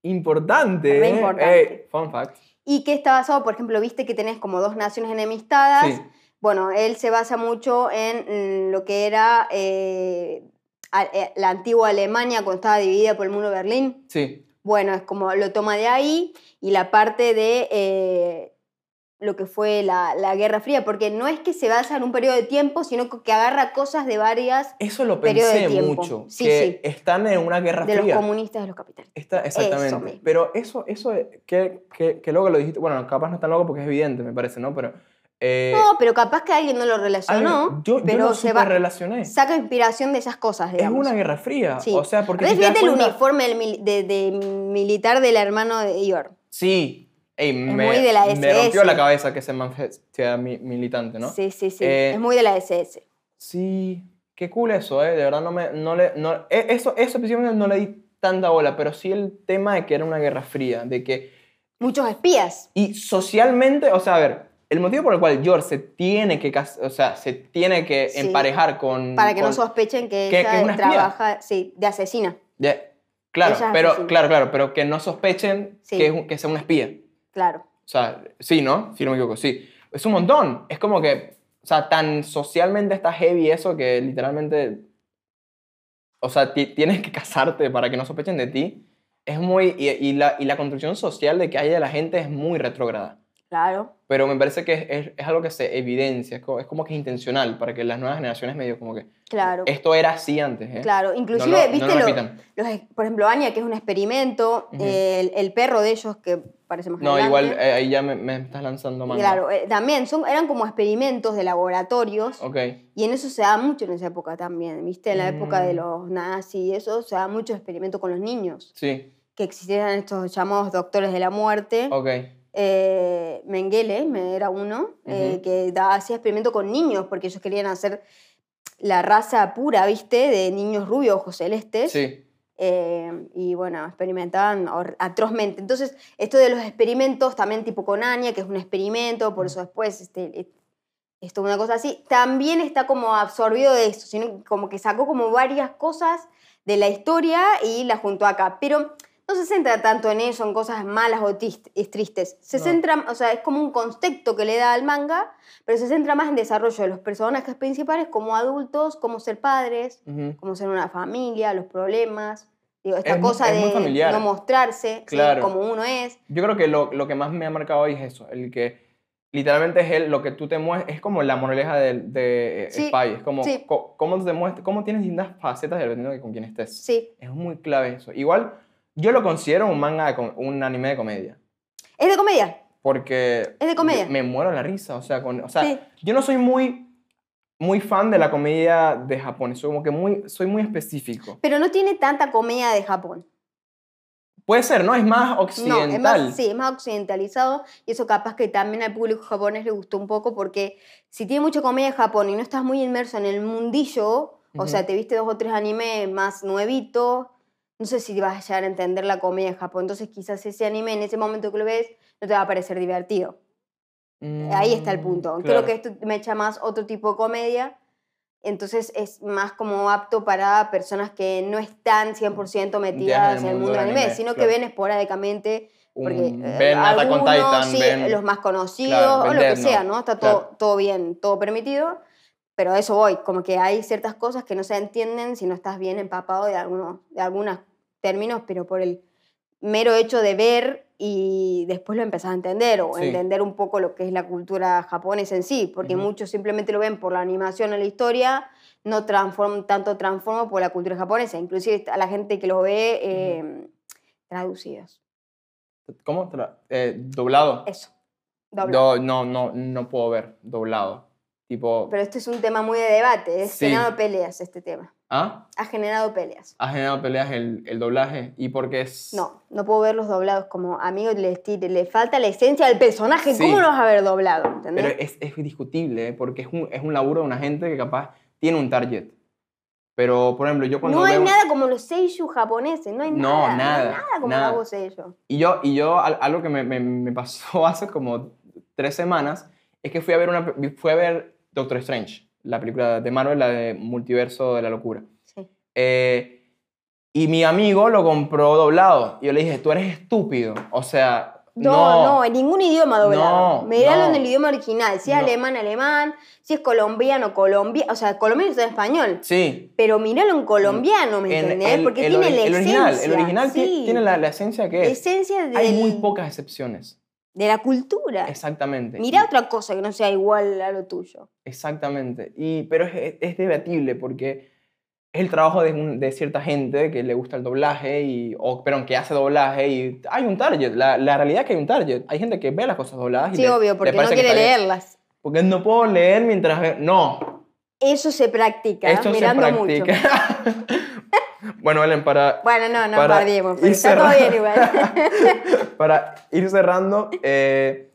[SPEAKER 1] importante.
[SPEAKER 2] Re
[SPEAKER 1] ¿eh?
[SPEAKER 2] importante.
[SPEAKER 1] Ey, fun fact.
[SPEAKER 2] Y que está basado, por ejemplo, viste que tenés como dos naciones enemistadas
[SPEAKER 1] Sí,
[SPEAKER 2] Bueno, él se basa mucho en mm, lo que era eh, a- eh, la antigua Alemania cuando estaba dividida por el muro de Berlín.
[SPEAKER 1] sí.
[SPEAKER 2] bueno, es como lo toma de ahí y la parte de eh, lo que fue la, la Guerra Fría, porque no es que se basa en un periodo de tiempo, sino que agarra cosas de varias
[SPEAKER 1] Eso lo
[SPEAKER 2] Periodo de
[SPEAKER 1] pensé
[SPEAKER 2] tiempo.
[SPEAKER 1] mucho.
[SPEAKER 2] Sí,
[SPEAKER 1] que
[SPEAKER 2] sí.
[SPEAKER 1] están en una guerra
[SPEAKER 2] de los
[SPEAKER 1] fría.
[SPEAKER 2] comunistas de los capitales.
[SPEAKER 1] Está, exactamente.
[SPEAKER 2] mismo.
[SPEAKER 1] Pero eso, eso, eh, qué, qué, qué loco lo dijiste. Bueno, capaz no es tan loco porque es evidente, me parece, ¿no? Pero. eh,
[SPEAKER 2] No, pero capaz que alguien no lo
[SPEAKER 1] alguien-
[SPEAKER 2] relacionó,
[SPEAKER 1] yo, yo
[SPEAKER 2] pero
[SPEAKER 1] lo
[SPEAKER 2] se va,
[SPEAKER 1] superrelacioné.
[SPEAKER 2] saca inspiración de esas cosas,
[SPEAKER 1] Es
[SPEAKER 2] digamos.
[SPEAKER 1] una guerra fría.
[SPEAKER 2] Sí.
[SPEAKER 1] O sea, porque.
[SPEAKER 2] Aparte,
[SPEAKER 1] si te das
[SPEAKER 2] fíjate el
[SPEAKER 1] cuenta-
[SPEAKER 2] uniforme del mil- de, de militar del hermano de Ior.
[SPEAKER 1] Sí. Ey, me,
[SPEAKER 2] muy de la
[SPEAKER 1] me rompió
[SPEAKER 2] SS.
[SPEAKER 1] la cabeza que ese man fe- sea mi- militante, ¿no?
[SPEAKER 2] Sí, sí, sí.
[SPEAKER 1] Eh,
[SPEAKER 2] es muy de la SS.
[SPEAKER 1] Sí, qué cool eso, ¿eh? De verdad no me... No le, no, e- eso, eso precisamente no le di tanta bola, pero sí el tema de que era una guerra fría, de que...
[SPEAKER 2] Muchos espías.
[SPEAKER 1] Y socialmente, o sea, a ver, el motivo por el cual George se tiene que, cas- o sea, se tiene que
[SPEAKER 2] Sí.
[SPEAKER 1] emparejar con...
[SPEAKER 2] Para que no
[SPEAKER 1] mm, con-
[SPEAKER 2] sospechen que,
[SPEAKER 1] que-
[SPEAKER 2] ella
[SPEAKER 1] que es una espía.
[SPEAKER 2] trabaja sí, de asesina.
[SPEAKER 1] Ya, claro,
[SPEAKER 2] Ella es
[SPEAKER 1] pero,
[SPEAKER 2] asesina.
[SPEAKER 1] claro, claro, pero que no sospechen
[SPEAKER 2] Sí.
[SPEAKER 1] que, es un- que sea una espía.
[SPEAKER 2] Claro.
[SPEAKER 1] O sea, sí, ¿no? Si no me equivoco, sí. Es un montón. Es como que, o sea, tan socialmente está heavy eso que literalmente, o sea, ti- tienes que casarte para que no sospechen de ti. Es muy, y, y la, y la construcción social de que hay de la gente es muy retrógrada.
[SPEAKER 2] Claro.
[SPEAKER 1] Pero me parece que es, es- es algo que se evidencia, es co- es como, que es intencional, para que las nuevas generaciones medio como que...
[SPEAKER 2] Claro.
[SPEAKER 1] Esto era así antes, ¿eh?
[SPEAKER 2] Claro.
[SPEAKER 1] No lo-
[SPEAKER 2] Inclusive,
[SPEAKER 1] no
[SPEAKER 2] viste
[SPEAKER 1] lo
[SPEAKER 2] lo-
[SPEAKER 1] repitan.
[SPEAKER 2] los ex- por ejemplo, Anya, que es un experimento,
[SPEAKER 1] Ujú.
[SPEAKER 2] el, el perro de ellos, que parece más
[SPEAKER 1] No,
[SPEAKER 2] adelante.
[SPEAKER 1] igual eh, ahí ya me, me estás lanzando más.
[SPEAKER 2] Claro, eh, también son, eran como experimentos de laboratorios
[SPEAKER 1] Ok.
[SPEAKER 2] y en eso se da mucho en esa época también, ¿viste? En la época de
[SPEAKER 1] Mm.
[SPEAKER 2] los nazis y eso se da mucho experimento con los niños,
[SPEAKER 1] Sí,
[SPEAKER 2] que existían estos llamados doctores de la muerte.
[SPEAKER 1] ok.
[SPEAKER 2] Eh, Mengele me- era uno eh,
[SPEAKER 1] Ujú.
[SPEAKER 2] que da- hacía experimento con niños porque ellos querían hacer la raza pura, ¿viste? De niños rubios, ojos celestes.
[SPEAKER 1] Sí.
[SPEAKER 2] Eh, y bueno, experimentaban hor- atrozmente. Entonces, esto de los experimentos, también tipo con Anya, que es un experimento, por eso después este, eh, esto una cosa así, también está como absorbido de eso, sino como que sacó como varias cosas de la historia y las juntó acá. Pero no se centra tanto en eso, en cosas malas o tist- es tristes. Se
[SPEAKER 1] No.
[SPEAKER 2] centra, o sea, es como un concepto que le da al manga, pero se centra más en desarrollo de los personajes principales como adultos, como ser padres
[SPEAKER 1] Ujú.
[SPEAKER 2] como ser una familia, los problemas, digo, esta
[SPEAKER 1] Es mu-
[SPEAKER 2] cosa
[SPEAKER 1] es muy
[SPEAKER 2] de
[SPEAKER 1] familiar.
[SPEAKER 2] no mostrarse ¿sí?
[SPEAKER 1] Claro.
[SPEAKER 2] como uno es.
[SPEAKER 1] Yo creo que lo, lo que más me ha marcado hoy es eso, el que literalmente es el, lo que tú te muestras, es como la moraleja del- de, eh,
[SPEAKER 2] Sí,
[SPEAKER 1] Spy, es como
[SPEAKER 2] sí.
[SPEAKER 1] co- cómo te muestras, cómo tienes distintas facetas dependiendo de con quién estés.
[SPEAKER 2] Sí.
[SPEAKER 1] Es muy clave eso. Igual, yo lo considero un manga, de com- un anime de comedia,
[SPEAKER 2] Es de comedia.
[SPEAKER 1] porque...
[SPEAKER 2] Es de comedia.
[SPEAKER 1] yo- me muero la risa, o sea, con, o sea
[SPEAKER 2] Sí.
[SPEAKER 1] yo no soy muy, muy fan de la comedia de Japón, soy como que muy, soy muy específico.
[SPEAKER 2] Pero no tiene tanta comedia de Japón.
[SPEAKER 1] Puede ser, ¿no? Es más
[SPEAKER 2] No,
[SPEAKER 1] occidental.
[SPEAKER 2] es más, sí, es más occidentalizado y eso capaz que también al público japonés le gustó un poco porque si tiene mucha comedia de Japón y no estás muy inmerso en el mundillo, o
[SPEAKER 1] Ujú.
[SPEAKER 2] sea, te viste dos o tres animes más nuevitos, no sé si vas a llegar a entender la comedia de Japón. Entonces quizás ese anime en ese momento que lo ves no te va a parecer divertido. Ahí está el
[SPEAKER 1] Mm,
[SPEAKER 2] punto.
[SPEAKER 1] claro.
[SPEAKER 2] Creo que esto me echa más otro tipo de comedia. Entonces es más como apto para personas que no están 100% metidas en el mundo del anime, sino que
[SPEAKER 1] claro.
[SPEAKER 2] ven esporádicamente. Porque
[SPEAKER 1] Un-
[SPEAKER 2] eh,
[SPEAKER 1] ven Attack on
[SPEAKER 2] algunos,
[SPEAKER 1] Titan,
[SPEAKER 2] sí,
[SPEAKER 1] ven-
[SPEAKER 2] los más conocidos
[SPEAKER 1] claro, ven
[SPEAKER 2] o lo que
[SPEAKER 1] Death
[SPEAKER 2] sea,
[SPEAKER 1] Note,
[SPEAKER 2] ¿no? Está
[SPEAKER 1] claro.
[SPEAKER 2] todo, todo bien, todo permitido. Pero a eso voy, como que hay ciertas cosas que no se entienden si no estás bien empapado de algunos, de algunos términos, pero por el mero hecho de ver y después lo empezás a entender o
[SPEAKER 1] Sí.
[SPEAKER 2] entender un poco lo que es la cultura japonesa en sí, porque
[SPEAKER 1] Ujú.
[SPEAKER 2] muchos simplemente lo ven por la animación o la historia, no transform, tanto transformo por la cultura japonesa, inclusive a la gente que lo ve eh, traducidos.
[SPEAKER 1] ¿Cómo? Tra- eh, doblado.
[SPEAKER 2] Eso. Doble.
[SPEAKER 1] Do- no, no, no puedo ver doblado. Tipo,
[SPEAKER 2] Pero este es un tema muy de debate, ha
[SPEAKER 1] Sí.
[SPEAKER 2] generado peleas este tema,
[SPEAKER 1] ¿ah?
[SPEAKER 2] ha generado peleas.
[SPEAKER 1] ¿Has generado peleas el, el doblaje? ¿Y por qué es...?
[SPEAKER 2] No, no puedo ver los doblados como amigo, le, le falta la esencia del personaje,
[SPEAKER 1] Sí.
[SPEAKER 2] ¿cómo lo vas a ver doblado? ¿Entendés?
[SPEAKER 1] Pero es, es discutible, ¿eh? porque es un, es un laburo de una gente que capaz tiene un target. Pero, por ejemplo, yo cuando
[SPEAKER 2] no hay
[SPEAKER 1] veo-
[SPEAKER 2] nada como los seiyuu japoneses, no hay
[SPEAKER 1] No,
[SPEAKER 2] nada. No
[SPEAKER 1] nada,
[SPEAKER 2] hay nada como
[SPEAKER 1] nada.
[SPEAKER 2] la voz de ellos.
[SPEAKER 1] Y yo, y yo al- algo que me, me- me pasó *laughs* hace como tres semanas es que fui a ver, una, pe- fui a ver Doctor Strange, la película de Marvel, la de Multiverso de la Locura.
[SPEAKER 2] Sí.
[SPEAKER 1] Eh, y mi amigo lo compró doblado. Y yo le dije, tú eres estúpido. O sea,
[SPEAKER 2] No,
[SPEAKER 1] No.
[SPEAKER 2] no, en ningún idioma
[SPEAKER 1] No,
[SPEAKER 2] doblado. Míralo
[SPEAKER 1] no.
[SPEAKER 2] en el idioma original. Si es
[SPEAKER 1] No.
[SPEAKER 2] alemán, alemán. Si es colombiano, colombiano. O sea, colombiano está en español.
[SPEAKER 1] Sí.
[SPEAKER 2] Pero míralo en colombiano, ¿me
[SPEAKER 1] En
[SPEAKER 2] entendés?
[SPEAKER 1] el-
[SPEAKER 2] Porque
[SPEAKER 1] el
[SPEAKER 2] tiene
[SPEAKER 1] ori-
[SPEAKER 2] la
[SPEAKER 1] el
[SPEAKER 2] esencia.
[SPEAKER 1] original, el original ti-
[SPEAKER 2] sí,
[SPEAKER 1] tiene la, la esencia que
[SPEAKER 2] la
[SPEAKER 1] es.
[SPEAKER 2] esencia del-
[SPEAKER 1] Eh, Hay muy pocas excepciones.
[SPEAKER 2] de la cultura.
[SPEAKER 1] Exactamente.
[SPEAKER 2] Mirá otra cosa que no sea igual a lo tuyo.
[SPEAKER 1] Exactamente. Y, pero es, es debatible porque es el trabajo de, un- de cierta gente que le gusta el doblaje, y, o perdón, que hace doblaje y hay un target. La, la realidad es que hay un target. Hay gente que ve las cosas dobladas y
[SPEAKER 2] Sí,
[SPEAKER 1] le-
[SPEAKER 2] obvio,
[SPEAKER 1] le
[SPEAKER 2] porque no
[SPEAKER 1] parece que
[SPEAKER 2] quiere
[SPEAKER 1] está bien.
[SPEAKER 2] leerlas.
[SPEAKER 1] Porque no puedo leer mientras ve- No,
[SPEAKER 2] Eso se practica,
[SPEAKER 1] esto se
[SPEAKER 2] mirando mucho.
[SPEAKER 1] practica. *laughs* bueno, Ellen, para,
[SPEAKER 2] Bueno, no, no
[SPEAKER 1] Para
[SPEAKER 2] pardiemos,
[SPEAKER 1] ir
[SPEAKER 2] pero está todo
[SPEAKER 1] cerrando.
[SPEAKER 2] bien
[SPEAKER 1] *laughs*
[SPEAKER 2] igual. *laughs*
[SPEAKER 1] para ir cerrando, eh,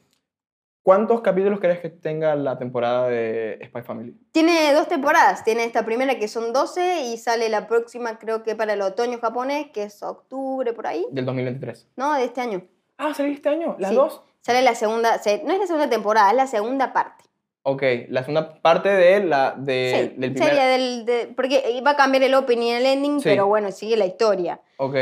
[SPEAKER 1] ¿cuántos capítulos crees que tenga la temporada de Spy Family?
[SPEAKER 2] Tiene dos temporadas. Tiene esta primera que son 12 y sale la próxima creo que para el otoño japonés, que es octubre por ahí.
[SPEAKER 1] Del 2023.
[SPEAKER 2] No, de este año.
[SPEAKER 1] Ah, ¿salió este año? ¿Las
[SPEAKER 2] Sí.
[SPEAKER 1] dos?
[SPEAKER 2] Sale la segunda, se- no es la segunda temporada, es la segunda parte.
[SPEAKER 1] Ok, la segunda parte de la, de,
[SPEAKER 2] sí,
[SPEAKER 1] Eh, del primer...
[SPEAKER 2] sería del, de- porque iba a cambiar el opening y el ending,
[SPEAKER 1] Sí.
[SPEAKER 2] pero bueno, sigue la historia.
[SPEAKER 1] Ok,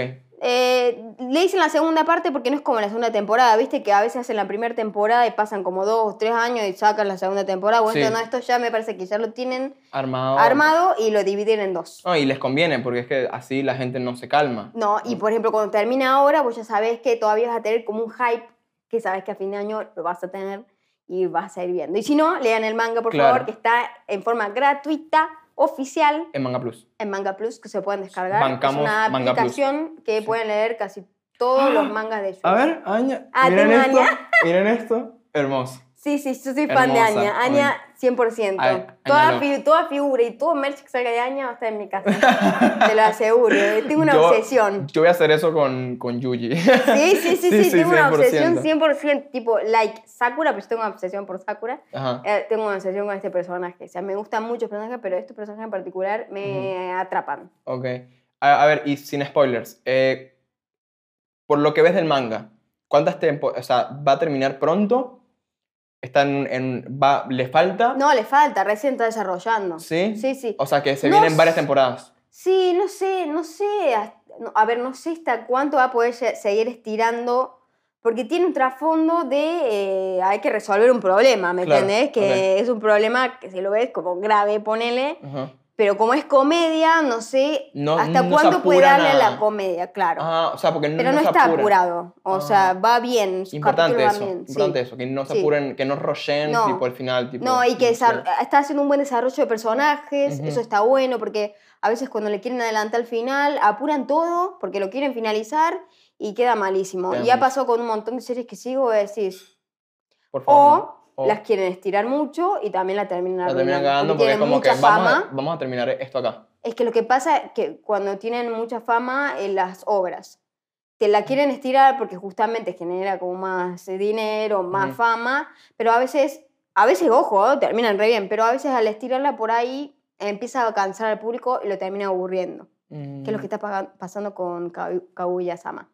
[SPEAKER 2] Eh, le dicen la segunda parte porque no es como la segunda temporada, viste que a veces hacen la primera temporada y pasan como dos o tres años y sacan la segunda temporada. Bueno,
[SPEAKER 1] Sí. Ah,
[SPEAKER 2] no, esto ya me parece que ya lo tienen
[SPEAKER 1] armado.
[SPEAKER 2] armado y lo dividen en dos.
[SPEAKER 1] No, y les conviene, porque es que así la gente no se calma.
[SPEAKER 2] No, y por ejemplo, cuando termina ahora, vos ya sabés que todavía vas a tener como un hype, que sabés que a fin de año lo vas a tener y vas a ir viendo. Y si no, lean el manga, por
[SPEAKER 1] Claro.
[SPEAKER 2] favor, que está en forma gratuita, oficial,
[SPEAKER 1] En Manga Plus.
[SPEAKER 2] en Manga Plus, que se pueden descargar.
[SPEAKER 1] Bancamos
[SPEAKER 2] es una
[SPEAKER 1] Manga Plus.
[SPEAKER 2] aplicación que
[SPEAKER 1] Sí.
[SPEAKER 2] pueden leer casi todos
[SPEAKER 1] ¡Ah!
[SPEAKER 2] los mangas de Jujutsu.
[SPEAKER 1] A ver, Aña,
[SPEAKER 2] Ah,
[SPEAKER 1] miren
[SPEAKER 2] tengo
[SPEAKER 1] esto,
[SPEAKER 2] Aña.
[SPEAKER 1] miren esto, hermoso.
[SPEAKER 2] Sí, sí, yo soy fan de
[SPEAKER 1] Hermosa,
[SPEAKER 2] Aña. Aña, 100%.
[SPEAKER 1] Ay,
[SPEAKER 2] toda,
[SPEAKER 1] Aña
[SPEAKER 2] fi- toda figura y todo merch que salga de Aña va a estar en mi
[SPEAKER 1] *laughs*
[SPEAKER 2] casa. Te lo aseguro. eh, Tengo una
[SPEAKER 1] Yo-
[SPEAKER 2] obsesión.
[SPEAKER 1] Yo voy a hacer eso con, con Yuji.
[SPEAKER 2] Sí,
[SPEAKER 1] *laughs*
[SPEAKER 2] sí, sí,
[SPEAKER 1] Sí,
[SPEAKER 2] sí,
[SPEAKER 1] sí,
[SPEAKER 2] tengo una obsesión
[SPEAKER 1] 100%.
[SPEAKER 2] 100%, tipo, like Sakura, pero yo tengo una obsesión por Sakura,
[SPEAKER 1] Ajá.
[SPEAKER 2] Eh, tengo una obsesión con este personaje, o sea, me gustan muchos personajes, pero estos personajes en particular me atrapan.
[SPEAKER 1] Ok. A, a ver, y sin spoilers. eh, por lo que ves del manga, ¿cuántas tempo, O sea, ¿va a terminar pronto? ¿Están en. Va, ¿Les falta?
[SPEAKER 2] No, le falta, recién está desarrollando.
[SPEAKER 1] ¿Sí?
[SPEAKER 2] Sí, sí.
[SPEAKER 1] O sea, que se
[SPEAKER 2] No
[SPEAKER 1] vienen varias
[SPEAKER 2] sé.
[SPEAKER 1] temporadas.
[SPEAKER 2] Sí, no sé, no sé, hasta- no, a ver, no sé hasta cuánto va a poder se- seguir estirando, porque tiene un trasfondo de eh, hay que resolver un problema, ¿me
[SPEAKER 1] Claro,
[SPEAKER 2] entendés? Que es un problema que si lo ves como grave, ponele,
[SPEAKER 1] Ajá.
[SPEAKER 2] Pero como es comedia, no sé
[SPEAKER 1] No-
[SPEAKER 2] hasta
[SPEAKER 1] no se
[SPEAKER 2] cuándo puede
[SPEAKER 1] apuran
[SPEAKER 2] darle a
[SPEAKER 1] a-
[SPEAKER 2] la comedia, claro.
[SPEAKER 1] Ah, o sea, porque no,
[SPEAKER 2] Pero no,
[SPEAKER 1] se
[SPEAKER 2] está
[SPEAKER 1] apuran.
[SPEAKER 2] apurado. O sea,
[SPEAKER 1] Ah.
[SPEAKER 2] va bien. sus
[SPEAKER 1] Importante
[SPEAKER 2] capítulos
[SPEAKER 1] eso,
[SPEAKER 2] van bien, sí.
[SPEAKER 1] importante eso, que no se
[SPEAKER 2] Sí.
[SPEAKER 1] apuren, que no rollen
[SPEAKER 2] No.
[SPEAKER 1] tipo al final, tipo.
[SPEAKER 2] No, y que
[SPEAKER 1] sí.
[SPEAKER 2] desar- está haciendo un buen desarrollo de personajes,
[SPEAKER 1] Ujú.
[SPEAKER 2] eso está bueno, porque a veces cuando le quieren adelantar al final, apuran todo porque lo quieren finalizar y queda malísimo.
[SPEAKER 1] Queda
[SPEAKER 2] y ya
[SPEAKER 1] malísimo.
[SPEAKER 2] pasó con un montón de series que sigo, vos decís,
[SPEAKER 1] Por favor.
[SPEAKER 2] o,
[SPEAKER 1] no. O
[SPEAKER 2] las quieren estirar mucho y también la terminan
[SPEAKER 1] la terminan
[SPEAKER 2] arruinando,
[SPEAKER 1] cagando porque es
[SPEAKER 2] tienen
[SPEAKER 1] como que
[SPEAKER 2] mucha
[SPEAKER 1] vamos
[SPEAKER 2] fama.
[SPEAKER 1] a, vamos a terminar esto acá.
[SPEAKER 2] Es que lo que pasa es que cuando tienen mucha fama en las obras, te la quieren estirar porque justamente genera como más eh, dinero, más
[SPEAKER 1] Ujú.
[SPEAKER 2] fama, pero a veces, a veces, ojo, ¿eh? terminan re bien, pero a veces al estirarla por ahí empieza a cansar al público y lo termina aburriendo,
[SPEAKER 1] Mm,
[SPEAKER 2] que es lo que está paga- pasando con Kaguya-sama.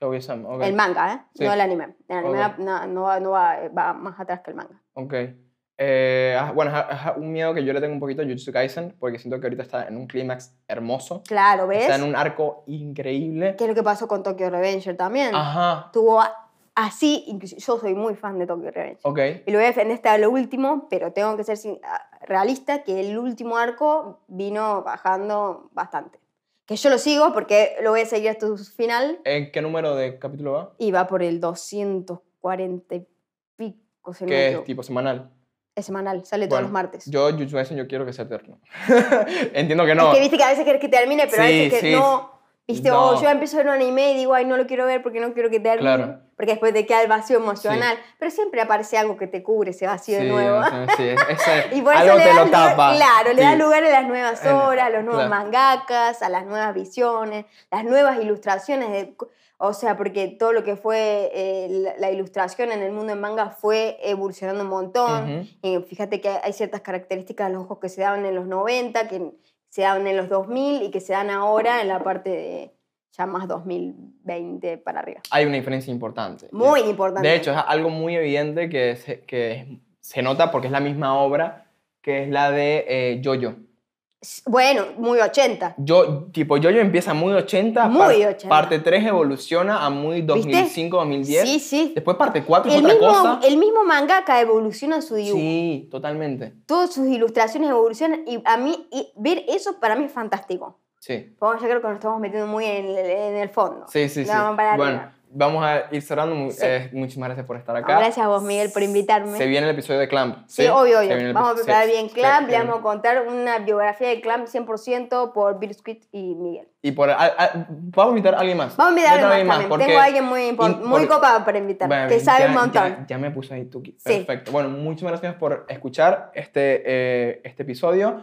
[SPEAKER 1] Kaguya-sama, ok,
[SPEAKER 2] El manga, ¿eh?
[SPEAKER 1] Sí.
[SPEAKER 2] No el anime. El anime
[SPEAKER 1] Ok.
[SPEAKER 2] no, no va, no va, eh, va más atrás que el manga.
[SPEAKER 1] ok. Eh, ah, bueno, ajá, ajá, un miedo que yo le tengo un poquito a Jujutsu Kaisen, porque siento que ahorita está en un clímax hermoso.
[SPEAKER 2] Claro, ¿ves?
[SPEAKER 1] Está en un arco increíble.
[SPEAKER 2] ¿Qué es lo que pasó con Tokyo Revenger también?
[SPEAKER 1] Ajá,
[SPEAKER 2] Tuvo a- así, inclusi- yo soy muy fan de Tokyo Revenge.
[SPEAKER 1] ok.
[SPEAKER 2] Y lo voy a defender hasta lo último, pero tengo que ser sin- a- realista que el último arco vino bajando bastante. Que yo lo sigo porque lo voy a seguir hasta su final
[SPEAKER 1] ¿En qué número de capítulo va?
[SPEAKER 2] y va por el 240 y pico, si no me
[SPEAKER 1] Que es
[SPEAKER 2] equivoco.
[SPEAKER 1] tipo semanal.
[SPEAKER 2] Es semanal, sale todos
[SPEAKER 1] Bueno,
[SPEAKER 2] los martes.
[SPEAKER 1] Yo, Jujutsu Kaisen, yo quiero que sea eterno. *laughs* Entiendo que no.
[SPEAKER 2] Es que viste que a veces querés que termine, pero a
[SPEAKER 1] Sí,
[SPEAKER 2] veces que
[SPEAKER 1] sí.
[SPEAKER 2] no. Viste,
[SPEAKER 1] No.
[SPEAKER 2] o yo empiezo en un anime y digo, ay, no lo quiero ver porque no quiero que termine.
[SPEAKER 1] Claro.
[SPEAKER 2] Porque después te queda el vacío emocional. Pero siempre aparece algo que te cubre ese vacío de nuevo.
[SPEAKER 1] o sea, sí,
[SPEAKER 2] *laughs*
[SPEAKER 1] es- ese-
[SPEAKER 2] Y por eso
[SPEAKER 1] algo
[SPEAKER 2] le
[SPEAKER 1] te
[SPEAKER 2] da,
[SPEAKER 1] lo
[SPEAKER 2] lugar,
[SPEAKER 1] tapa.
[SPEAKER 2] claro, le da
[SPEAKER 1] sí.
[SPEAKER 2] lugar a las nuevas
[SPEAKER 1] En-
[SPEAKER 2] horas, a los nuevos
[SPEAKER 1] claro.
[SPEAKER 2] mangakas, a las nuevas visiones, las nuevas ilustraciones. de- o sea, porque todo lo que fue eh, la, la ilustración en el mundo del manga fue evolucionando un montón.
[SPEAKER 1] Ujú.
[SPEAKER 2] Eh, fíjate que hay ciertas características de los ojos que se daban en los 90, que se daban en los 2000 y que se dan ahora en la parte de ya más 2020 para arriba.
[SPEAKER 1] Hay una diferencia importante.
[SPEAKER 2] Muy importante.
[SPEAKER 1] De hecho, es algo muy evidente que se, que se nota porque es la misma obra que es la de eh, Jojo.
[SPEAKER 2] Bueno, muy 80.
[SPEAKER 1] Yo, tipo, Jojo empieza muy 80,
[SPEAKER 2] Muy 80.
[SPEAKER 1] parte 3 evoluciona a muy 2005-2010.
[SPEAKER 2] Sí, sí.
[SPEAKER 1] Después parte 4 es
[SPEAKER 2] El
[SPEAKER 1] otra
[SPEAKER 2] mismo,
[SPEAKER 1] cosa.
[SPEAKER 2] el mismo mangaka evoluciona su dibujo.
[SPEAKER 1] Sí, totalmente.
[SPEAKER 2] Todas sus ilustraciones evolucionan y a mí y ver eso para mí es fantástico.
[SPEAKER 1] Sí,
[SPEAKER 2] Vamos, yo creo que nos estamos metiendo muy en el, en el fondo.
[SPEAKER 1] sí, sí.
[SPEAKER 2] No,
[SPEAKER 1] sí.
[SPEAKER 2] vamos para arriba.
[SPEAKER 1] bueno, vamos a ir cerrando. Mu-
[SPEAKER 2] Sí.
[SPEAKER 1] eh, muchísimas gracias por estar
[SPEAKER 2] No,
[SPEAKER 1] acá.
[SPEAKER 2] Gracias a vos, Miguel, por invitarme.
[SPEAKER 1] Se viene el episodio de Clamp.
[SPEAKER 2] Sí, obvio, obvio.
[SPEAKER 1] Se viene el
[SPEAKER 2] Vamos a
[SPEAKER 1] episodio-
[SPEAKER 2] preparar
[SPEAKER 1] sí, Eh,
[SPEAKER 2] bien
[SPEAKER 1] sí,
[SPEAKER 2] Clamp,
[SPEAKER 1] se
[SPEAKER 2] le
[SPEAKER 1] viene.
[SPEAKER 2] vamos a contar una biografía de Clamp 100% por Bill Squid y Miguel.
[SPEAKER 1] Y por, a- a- vamos a invitar a alguien más.
[SPEAKER 2] Vamos a invitar
[SPEAKER 1] Vete
[SPEAKER 2] a alguien más también. Tengo a alguien muy, impor-
[SPEAKER 1] in-
[SPEAKER 2] muy
[SPEAKER 1] porque-
[SPEAKER 2] copado para invitar,
[SPEAKER 1] Bueno,
[SPEAKER 2] que sabe
[SPEAKER 1] ya-
[SPEAKER 2] un montón.
[SPEAKER 1] Ya, ya me puso ahí Tuki.
[SPEAKER 2] Sí.
[SPEAKER 1] Perfecto. Bueno, muchas gracias por escuchar este, eh, este episodio.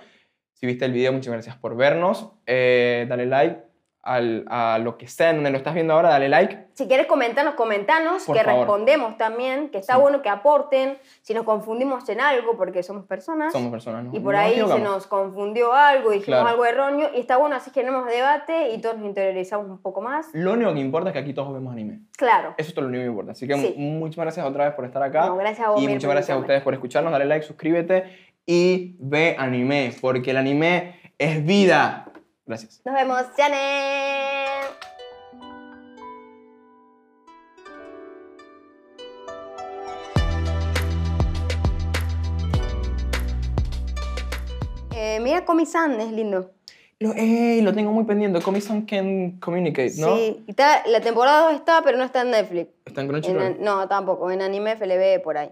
[SPEAKER 1] Si viste el video, muchas gracias por vernos. Eh, dale like al- a lo que sea en donde lo estás viendo ahora, dale like.
[SPEAKER 2] Si quieres comentarnos, comentanos,
[SPEAKER 1] Por
[SPEAKER 2] que
[SPEAKER 1] favor.
[SPEAKER 2] respondemos también, que está
[SPEAKER 1] Sí.
[SPEAKER 2] bueno que aporten, si nos confundimos en algo, porque somos personas,
[SPEAKER 1] Somos personas. ¿no?
[SPEAKER 2] Ah, y por
[SPEAKER 1] No
[SPEAKER 2] ahí se
[SPEAKER 1] equivocamos.
[SPEAKER 2] nos confundió algo, dijimos
[SPEAKER 1] Claro.
[SPEAKER 2] algo erróneo, y está bueno, así generamos debate y todos nos interiorizamos un poco más.
[SPEAKER 1] Lo único que importa es que aquí todos vemos anime.
[SPEAKER 2] Claro.
[SPEAKER 1] Eso es todo lo único que importa. Así que
[SPEAKER 2] Sí.
[SPEAKER 1] muchas gracias otra vez por estar acá.
[SPEAKER 2] No, gracias a vos,
[SPEAKER 1] Y
[SPEAKER 2] Miguel,
[SPEAKER 1] muchas
[SPEAKER 2] por
[SPEAKER 1] gracias a
[SPEAKER 2] invitarme.
[SPEAKER 1] ustedes por escucharnos. Dale like, suscríbete y ve anime, porque el anime es vida. Gracias.
[SPEAKER 2] Nos vemos, Janet. Eh, mira Comisan, es lindo.
[SPEAKER 1] Lo, ey, lo tengo muy pendiente. Comisan Can Communicate, ¿no?
[SPEAKER 2] Sí, y está- la temporada 2 está, pero no está en Netflix.
[SPEAKER 1] Está en
[SPEAKER 2] En
[SPEAKER 1] Crunchyroll.
[SPEAKER 2] an- no, tampoco, en anime FLB por ahí.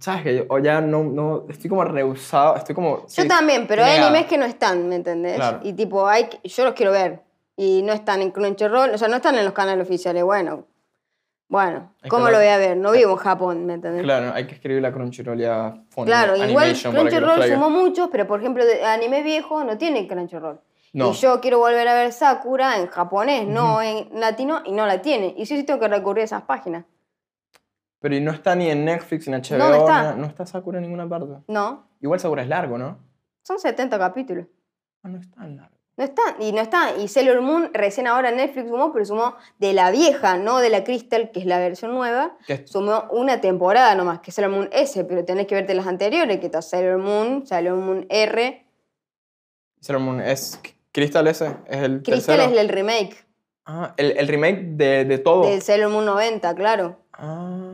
[SPEAKER 1] ¿Sabes que yo- O ya no, no, estoy como rehusado, estoy como... sí,
[SPEAKER 2] Yo también, pero hay
[SPEAKER 1] negado.
[SPEAKER 2] animes que no están, ¿me entendés?
[SPEAKER 1] Claro.
[SPEAKER 2] Y tipo, hay, que- yo los quiero ver. Y no están en Crunchyroll, o sea, no están en los canales oficiales. Bueno, bueno,
[SPEAKER 1] Hay que
[SPEAKER 2] ¿cómo
[SPEAKER 1] ver.
[SPEAKER 2] lo voy a ver? No vivo en Japón, ¿me entendés?
[SPEAKER 1] Claro, hay que escribir la Crunchyroll y a Phone
[SPEAKER 2] Claro, igual
[SPEAKER 1] Animation para que los
[SPEAKER 2] Crunchyroll
[SPEAKER 1] traiga.
[SPEAKER 2] sumó muchos, pero por ejemplo, de animes viejos no tienen Crunchyroll.
[SPEAKER 1] No.
[SPEAKER 2] Y yo quiero volver a ver Sakura en japonés, no en latino, y no la tiene. Y sí, sí tengo que recurrir a esas páginas.
[SPEAKER 1] Pero y no está ni en Netflix, ni en HBO,
[SPEAKER 2] ¿Dónde está?
[SPEAKER 1] ni- no está Sakura en ninguna parte.
[SPEAKER 2] No,
[SPEAKER 1] Igual Sakura es largo, ¿no?
[SPEAKER 2] son 70 capítulos.
[SPEAKER 1] Ah, no es tan largo.
[SPEAKER 2] No está, y no está. Y Sailor Moon recién ahora Netflix sumó, pero sumó de la vieja, no de la Crystal, que es la versión nueva.
[SPEAKER 1] Que es-
[SPEAKER 2] Sumó una temporada nomás, que es Sailor Moon S, pero tenés que verte las anteriores, que está Sailor Moon, Sailor Moon R.
[SPEAKER 1] Sailor Moon es... ¿Crystal ese? ¿Es el
[SPEAKER 2] Crystal
[SPEAKER 1] tercero?
[SPEAKER 2] es el remake
[SPEAKER 1] Ah, el, el remake de, de todo.
[SPEAKER 2] del Sailor Moon 90, claro.
[SPEAKER 1] Ah.